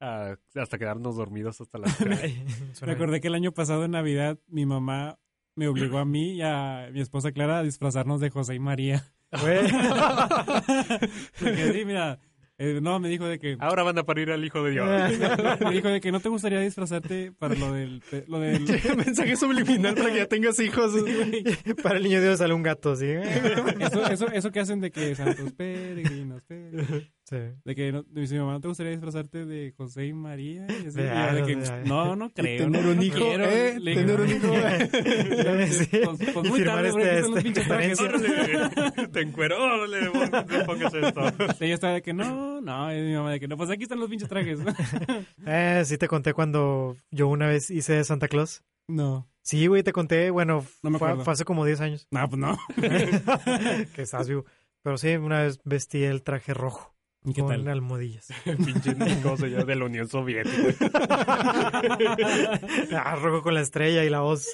Ah. a- hasta quedarnos dormidos hasta las tres. Ay, suena Me bien. acordé que el año pasado en Navidad mi mamá me obligó a mí y a mi esposa Clara a disfrazarnos de José y María. Güey. Porque sí, mira, eh, no, me dijo de que Ahora van a parir al hijo de Dios. me dijo de que no te gustaría disfrazarte para lo del pe- lo del Mensaje subliminal para que ya tengas hijos. Para el niño Dios sale un gato, ¿sí? eso, eso, eso que hacen de que santos peregrinos, peregrinos. Sí. De que no, dice mi mamá, ¿no te gustaría disfrazarte de José y María? Y así, De y yo de algo, que, de algo. no, no creo. tener no, un no hijo, quiero". eh, Le dije, tener un "No, hijo. eh. Sí. Pues- pues y muy firmar tarde, este, güey, son los este, pinches transparencia. trajes. órale, te encuero, órale, pon- pongas esto. Ella estaba de que no, no, y mi mamá de que no, pues aquí están los pinches trajes. Eh, sí te conté cuando yo una vez hice Santa Claus. No, Sí, güey, te conté, bueno, No me fue- acuerdo. fue hace como 10 años. no, pues no. que estás vivo. Pero sí, una vez vestí el traje rojo ¿Y qué con tal? almohadillas. Pinche cosa ya de la Unión Soviética. ah, rojo con la estrella y la voz.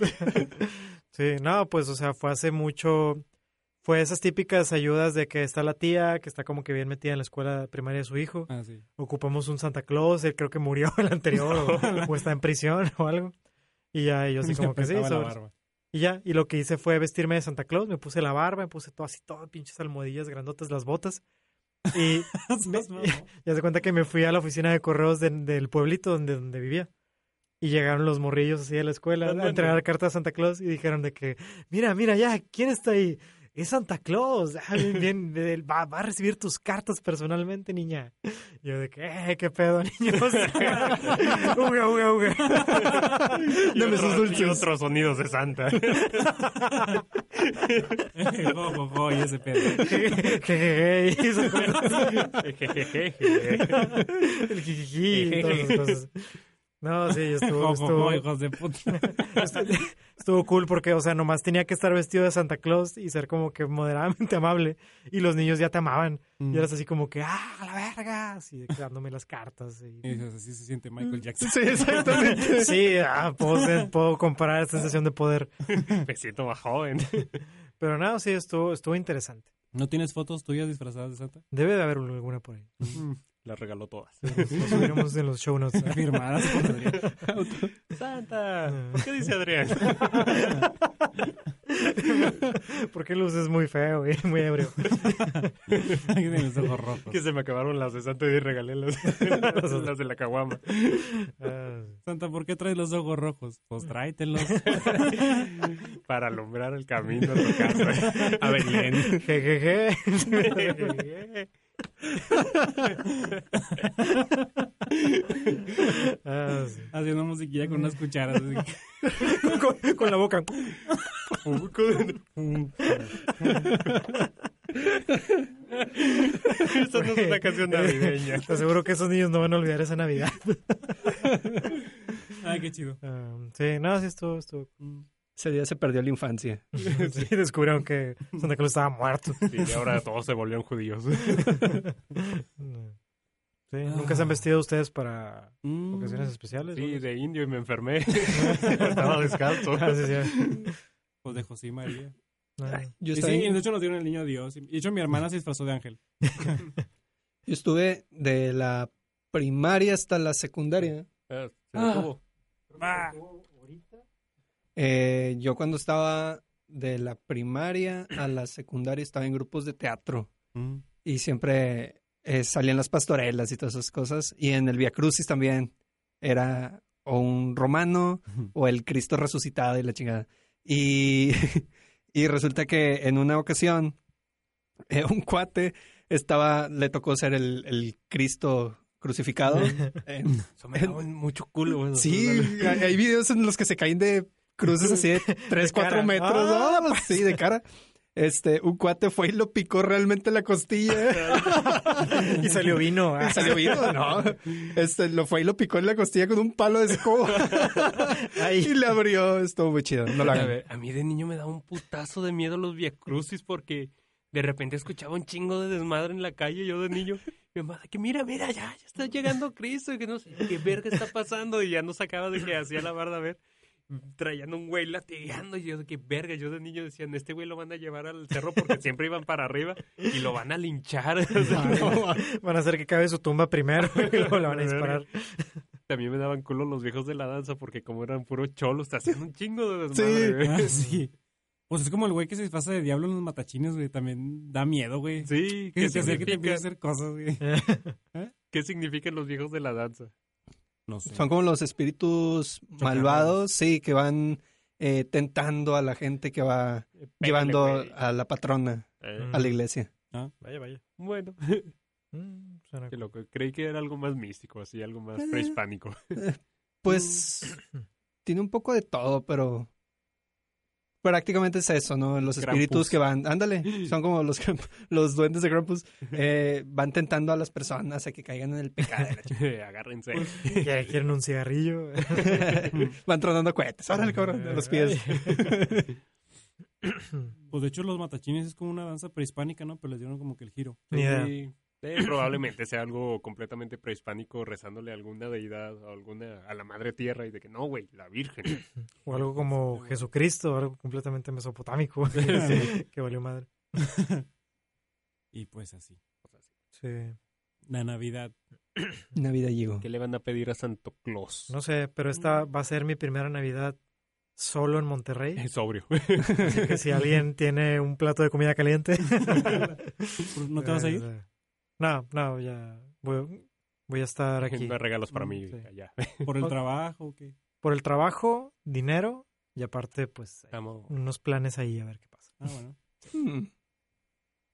sí, no, pues, o sea, fue hace mucho. Fue esas típicas ayudas de que está la tía, que está como que bien metida en la escuela primaria de su hijo. Ah, sí. Ocupamos un Santa Claus, él creo que murió el anterior o, o está en prisión o algo. Y ya yo así Le como que sí, apretaba la sobres. barba. Y ya, y lo que hice fue vestirme de Santa Claus, me puse la barba, me puse todo así, todo pinches almohadillas grandotas, las botas. Y ya se cuenta que me fui a la oficina de correos de- del pueblito donde, donde vivía. Y llegaron los morrillos así de la escuela a entregar cartas a Santa Claus y dijeron de que, mira, mira, ya, ¿quién está ahí? Es Santa Claus. Ah, bien, bien, de- él va, va a recibir tus cartas personalmente, niña. Yo de que, eh, qué pedo, niños. uga, uga, uga. Y Dame sus otro- dulces. Y otros sonidos de Santa. Jo, jo, jo, y ese pedo. Jejeje, y esas cosas. El jijiji y todas esas cosas. No, sí, estuvo, Jo, jo, jo, estuvo, hijos de puta. estuvo cool porque, o sea, nomás tenía que estar vestido de Santa Claus y ser como que moderadamente amable. Y los niños ya te amaban. Mm. Y eras así como que, ¡ah, a la verga! Así de que dándome las cartas. Y Y... dices, así se siente Michael Jackson. Sí, exactamente. Sí, ah, puedo, ser- puedo comparar sensación de poder. Me siento más joven. Pero no, sí, estuvo, estuvo interesante. ¿No tienes fotos tuyas disfrazadas de Santa? Debe de haber alguna por ahí. Las regaló todas. Lo subiremos en los show notes. Firmadas por Adrián. Ah. Santa, ¿por qué dice Adrián? Porque luces muy feo, güey, muy ebrio. Tiene los ojos rojos. Que se me acabaron las de Santa y regalé las, las de la caguama. Ah, Santa, ¿por qué traes los ojos rojos? Pues tráetelos. Para alumbrar el camino a tu casa. A Belén. Jejeje. Ah, sí. Haciendo musiquilla con unas cucharas. así. con, con la boca. Esta no es una canción navideña. Te aseguro que esos niños no van a olvidar esa Navidad. Ay, qué chido. Ah, sí, no, sí, estuvo. estuvo. Ese día se perdió la infancia. Sí, descubrieron que Santa Claus estaba muerto. Sí, y ahora todos se volvieron judíos. Sí, ¿Nunca se han vestido ustedes para Mm. ocasiones especiales? Sí, de indio y me enfermé. Estaba descalzo. Ah, sí, sí. Pues de José y María. Ah, Yo Y estaba sí, en- y de hecho nos dieron el niño Dios. Y de hecho mi hermana se disfrazó de ángel. Yo estuve de la primaria hasta la secundaria. Ah, se detuvo. Eh, yo cuando estaba de la primaria a la secundaria estaba en grupos de teatro Mm. y siempre eh, salían las pastorelas y todas esas cosas. Y en el Via Crucis también era o un romano o el Cristo resucitado y la chingada. Y, y resulta que en una ocasión eh, un cuate estaba, le tocó ser el, el Cristo crucificado. en- Eso me daba mucho culo, güey. Sí, hay hay videos en los que se caen de cruces así de 3, De cara. 4 metros. Ah, ¿no? sí, de cara. Este, un cuate fue y lo picó realmente la costilla. y salió vino. ah. Y salió vivo, ¿no? Este, lo fue y lo picó en la costilla con un palo de escoba. Ay. y le abrió. Estuvo muy chido. No lo A, hagan. ver, a mí de niño me daba un putazo de miedo los viacrucis porque de repente escuchaba un chingo de desmadre en la calle yo de niño. Mi mamá, de que mira, mira, ya, ya está llegando Cristo, y que no sé qué verga está pasando. Y ya no sacaba de que hacía la barda a ver, trayendo un güey latigando. Y yo de que verga, yo de niño decían, este güey lo van a llevar al cerro porque siempre iban para arriba y lo van a linchar. O sea, no, Van a hacer que cabe su tumba primero y luego la van a disparar. También me daban culo los viejos de la danza porque como eran puros cholos, te hacían un chingo de Sí. desmadre. güey. Ah, sí. Pues es como el güey que se disfraza de diablo en los matachines, güey. También da miedo, güey. Sí, Que ¿qué se acerque y te empiece a significa? hacer cosas, güey. ¿Qué significan los viejos de la danza? No sé. Son como los espíritus malvados, sí, que van eh, tentando a la gente que va llevando güey. a la patrona Eh, Mm, a la iglesia. Vaya, vaya. Bueno, Mm, suena qué loco. Creí que era algo más místico, así, algo más prehispánico. Pues tiene un poco de todo, pero prácticamente es eso, ¿no? Los espíritus Krampus. que van, ándale, son como los, Kramp- los duendes de Krampus, eh, van tentando a las personas a que caigan en el pecado. Agárrense. Ya quieren un cigarrillo. van tronando cohetes, órale, cabrón, a los pies. Pues de hecho los matachines es como una danza prehispánica, ¿no? Pero les dieron como que el giro. Ni idea. Sí, eh, probablemente sea algo completamente prehispánico rezándole a alguna deidad o alguna, a la madre tierra y de que no, güey, la virgen. O algo como Jesucristo, o algo completamente mesopotámico. que valió madre. Y pues así. Sí. La Navidad. Navidad llegó. ¿Qué le van a pedir a Santo Claus? No sé, pero esta va a ser mi primera Navidad solo en Monterrey. Es sobrio. Así que si alguien tiene un plato de comida caliente. ¿No te vas a ir? Eh, No, no, ya. Voy, voy a estar aquí. No hay regalos para Mm, mí sí. allá. ¿Por el trabajo o qué? Por el trabajo, dinero y aparte, pues, Estamos- unos planes ahí a ver qué pasa. Ah, bueno. Hmm,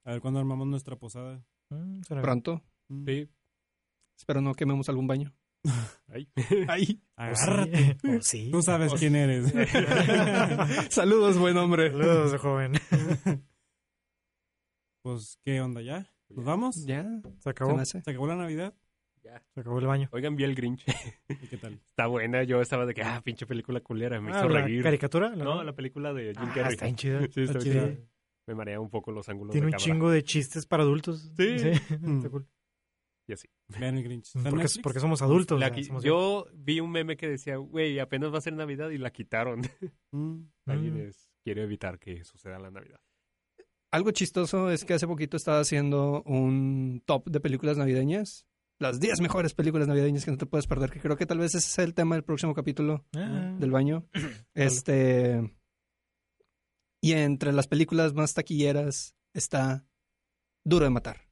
A ver cuándo armamos nuestra posada. Mm, suena bien. Pronto, Mm. Sí, espero no quememos algún baño. ahí. Ahí. O Agárrate. sí. o sí. Pues, Tú sabes quién eres. Saludos, buen hombre. Saludos, joven. pues, ¿qué onda ya? ¿Nos vamos? Ya, Se se acabó. me hace. ¿Se acabó la Navidad? Se acabó el baño. Oigan, vi el Grinch. ¿Y qué tal? Está buena. Yo estaba de que, ah, pinche película culera. Me Ah, hizo ¿La reír. caricatura? ¿La No, la película de Jim Ah, Carrey. está bien chida. Sí, está está chida. chida. Me mareaba un poco los ángulos Tiene de un cámara. chingo de chistes para adultos. Sí. está cool. Vean el Grinch. ¿Está en Porque, Netflix? porque somos adultos. La o sea, qui- somos- yo vi un meme que decía, güey, apenas va a ser Navidad y la quitaron. Mm. Alguien Mm. es- quiere evitar que suceda la Navidad. Algo chistoso es que hace poquito estaba haciendo un top de películas navideñas. Las 10 mejores películas navideñas que no te puedes perder, que creo que tal vez ese sea el tema del próximo capítulo Ah. del baño. Este. Y entre las películas más taquilleras está Duro de Matar.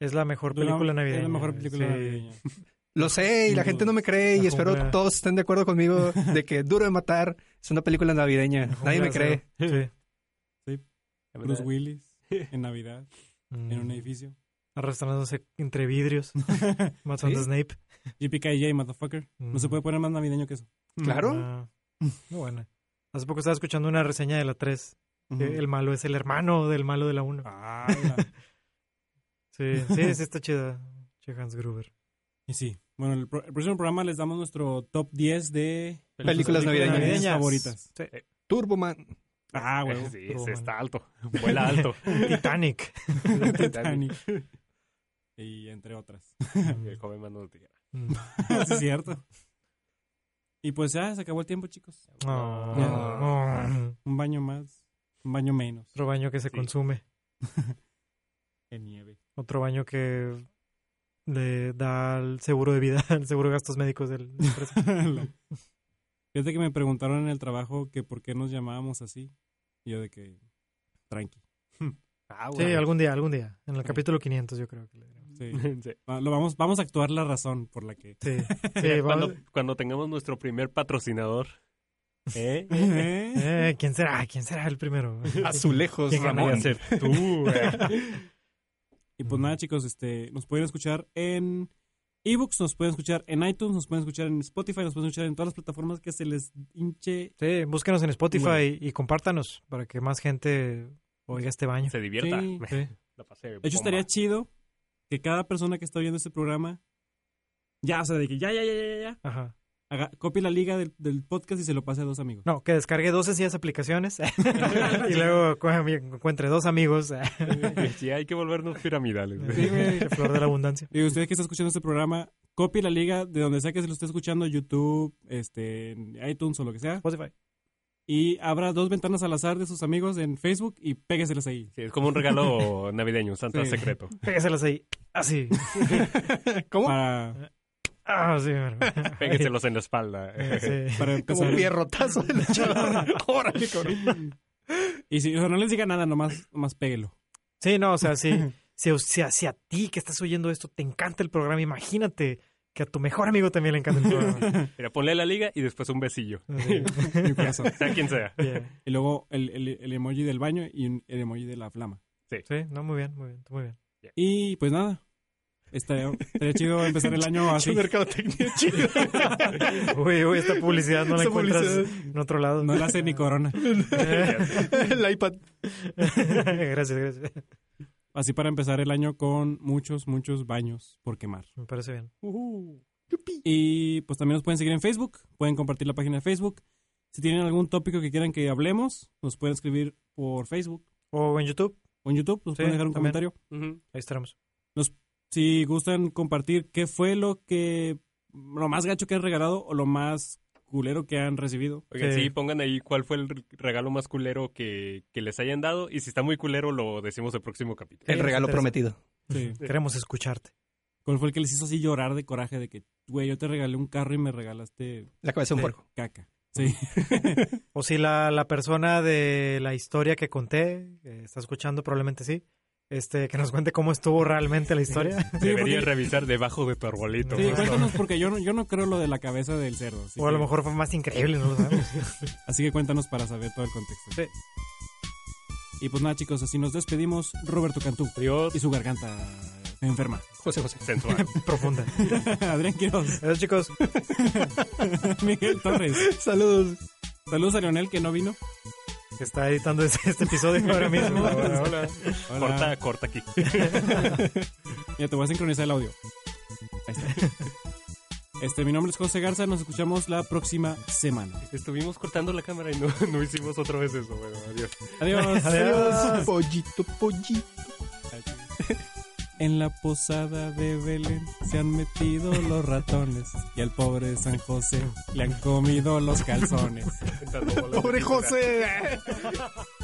Es la mejor Dura- película navideña. Es la mejor película sí. navideña. Lo sé, y la Sin gente no me dudas. cree, La y espero jungla. todos estén de acuerdo conmigo de que Duro de Matar es una película navideña. La Nadie jungla me de cree. acero. Sí. Bruce Willis en Navidad, en un edificio. Mm. Arrastrándose entre vidrios. matando a Sí. Snape. JPKJ, motherfucker. No se Mm. puede poner más navideño que eso. Claro. Ah, muy buena. Hace poco estaba escuchando una reseña de la 3. que Ujú. El malo es el hermano del malo de la 1. Ah, la- Sí, sí, sí, está chida. Che Hans Gruber. Y sí. Bueno, el, pro- el próximo programa les damos nuestro top 10 de Películas navideñas. favoritas. Sí. Turboman. Ah, güey. sí, pero ese bueno. está alto. Vuela alto. Titanic. Titanic. y entre otras. Y el joven mano de tijera. Mm. Sí, es cierto. Y pues ya, se acabó el tiempo, chicos. No. No. No. Un baño más, un baño menos. Otro baño que se Sí. consume. De nieve. Otro baño que le da el seguro de vida, el seguro de gastos médicos del de la empresa. Fíjate que me preguntaron en el trabajo que por qué nos llamábamos así. Y yo de que, tranqui. Ah, Sí, güey. algún día, algún día. En el capítulo 500 yo creo que le diremos. Sí. Sí. Va- Lo vamos, vamos a actuar la razón por la que... Sí, sí, vamos- Cuando, cuando tengamos nuestro primer patrocinador. ¿Eh? ¿Eh? Eh, ¿Quién será? ¿Quién será el primero? Azulejos, ¿Quién ganó? Ramón. ser tú, Y pues nada, chicos, este, nos pueden escuchar en ebooks, nos pueden escuchar en iTunes, nos pueden escuchar en Spotify, nos pueden escuchar en todas las plataformas que se les hinche. Sí, búsquenos en Spotify y, y compártanos para que más gente oiga este baño. Se divierta. Sí, Me- Sí. La pasé. De hecho, estaría chido que cada persona que está viendo este programa, ya, o sea, de que ya, ya, ya, ya, ya, ya, Ajá. haga- copie la liga del, del podcast y se lo pase a dos amigos. No, que descargue dos sencillas aplicaciones y luego cu- encuentre dos amigos. Sí, hay que volvernos piramidales. güey. Sí, güey. Qué flor de la abundancia. Y usted que está escuchando este programa, copie la liga de donde sea que se lo esté escuchando, YouTube, este, iTunes o lo que sea, Spotify. y abra dos ventanas al azar de sus amigos en Facebook y pégueselas ahí. Sí, es como un regalo navideño, un Santa Sí. secreto. Pégaselas ahí. Así. ¿Cómo? Para, Ah, sí, bueno. Pégueselos en la espalda. Pues Sí. para Como empezar. un pierrotazo de la chalada. Órale, cabrón. Y si, o sea, no les diga nada, nomás, nomás péguelo. Sí, no, o sea, sí. Si, a- si a- si a ti que estás oyendo esto te encanta el programa, imagínate que a tu mejor amigo también le encanta el programa. Mira, ponle la liga y después un besillo. Sí. Y un corazón. Sea quien sea. Yeah. Y luego el, el- el emoji del baño y un- el emoji de la flama. Sí, no, muy bien, muy bien, muy bien. Y pues nada. Estaría, estaría chido empezar el año así. Pinche mercadotecnia chido. Uy, uy, esta publicidad no la Esa encuentras publicidad. en otro lado. No la hace ni corona. El iPad. gracias, gracias. Así para empezar el año con muchos, muchos baños por quemar. Me parece bien. Y pues también nos pueden seguir en Facebook. Pueden compartir la página de Facebook. Si tienen algún tópico que quieran que hablemos, nos pueden escribir por Facebook O en YouTube, o en YouTube. Nos Sí, pueden dejar un también. comentario. ahí estaremos. si gustan compartir qué fue lo que lo más gacho que han regalado o lo más culero que han recibido. Oigan, Sí. sí, pongan ahí cuál fue el regalo más culero que, que les hayan dado. Y si está muy culero, lo decimos el próximo capítulo. El regalo prometido. Queremos escucharte. ¿Cuál fue el que les hizo así llorar de coraje de que, güey, yo te regalé un carro y me regalaste La cabeza de un Sí. puerco. caca? Sí. O si la, la persona de la historia que conté eh, está escuchando, probablemente sí. Este, que nos cuente cómo estuvo realmente la historia. Deberías porque- revisar debajo de tu arbolito. Sí, Ajá. cuéntanos porque yo no, yo no creo lo de la cabeza del cerdo. Así, O a lo que- mejor fue más increíble, no lo sabemos. así que cuéntanos para saber todo el contexto. Sí. Y pues nada, chicos, así nos despedimos. Roberto Cantú Adiós. y su garganta enferma. José José. Sensual. Profunda. Adrián Quiroz, Adiós, chicos. Miguel Torres. Saludos. Saludos a Leonel que no vino. Que está editando este, este episodio ahora mismo. Hola, hola. Hola. Corta, corta aquí. Ya te voy a sincronizar el audio. Ahí está. Este, mi nombre es José Garza, nos escuchamos la próxima semana. Estuvimos cortando la cámara y no, no hicimos otra vez eso. Bueno, adiós. Adiós. Adiós. Pollito, pollito. En la posada de Belén se han metido los ratones y al pobre San José le han comido los calzones. Sentando bolas de Pobre pintura. José.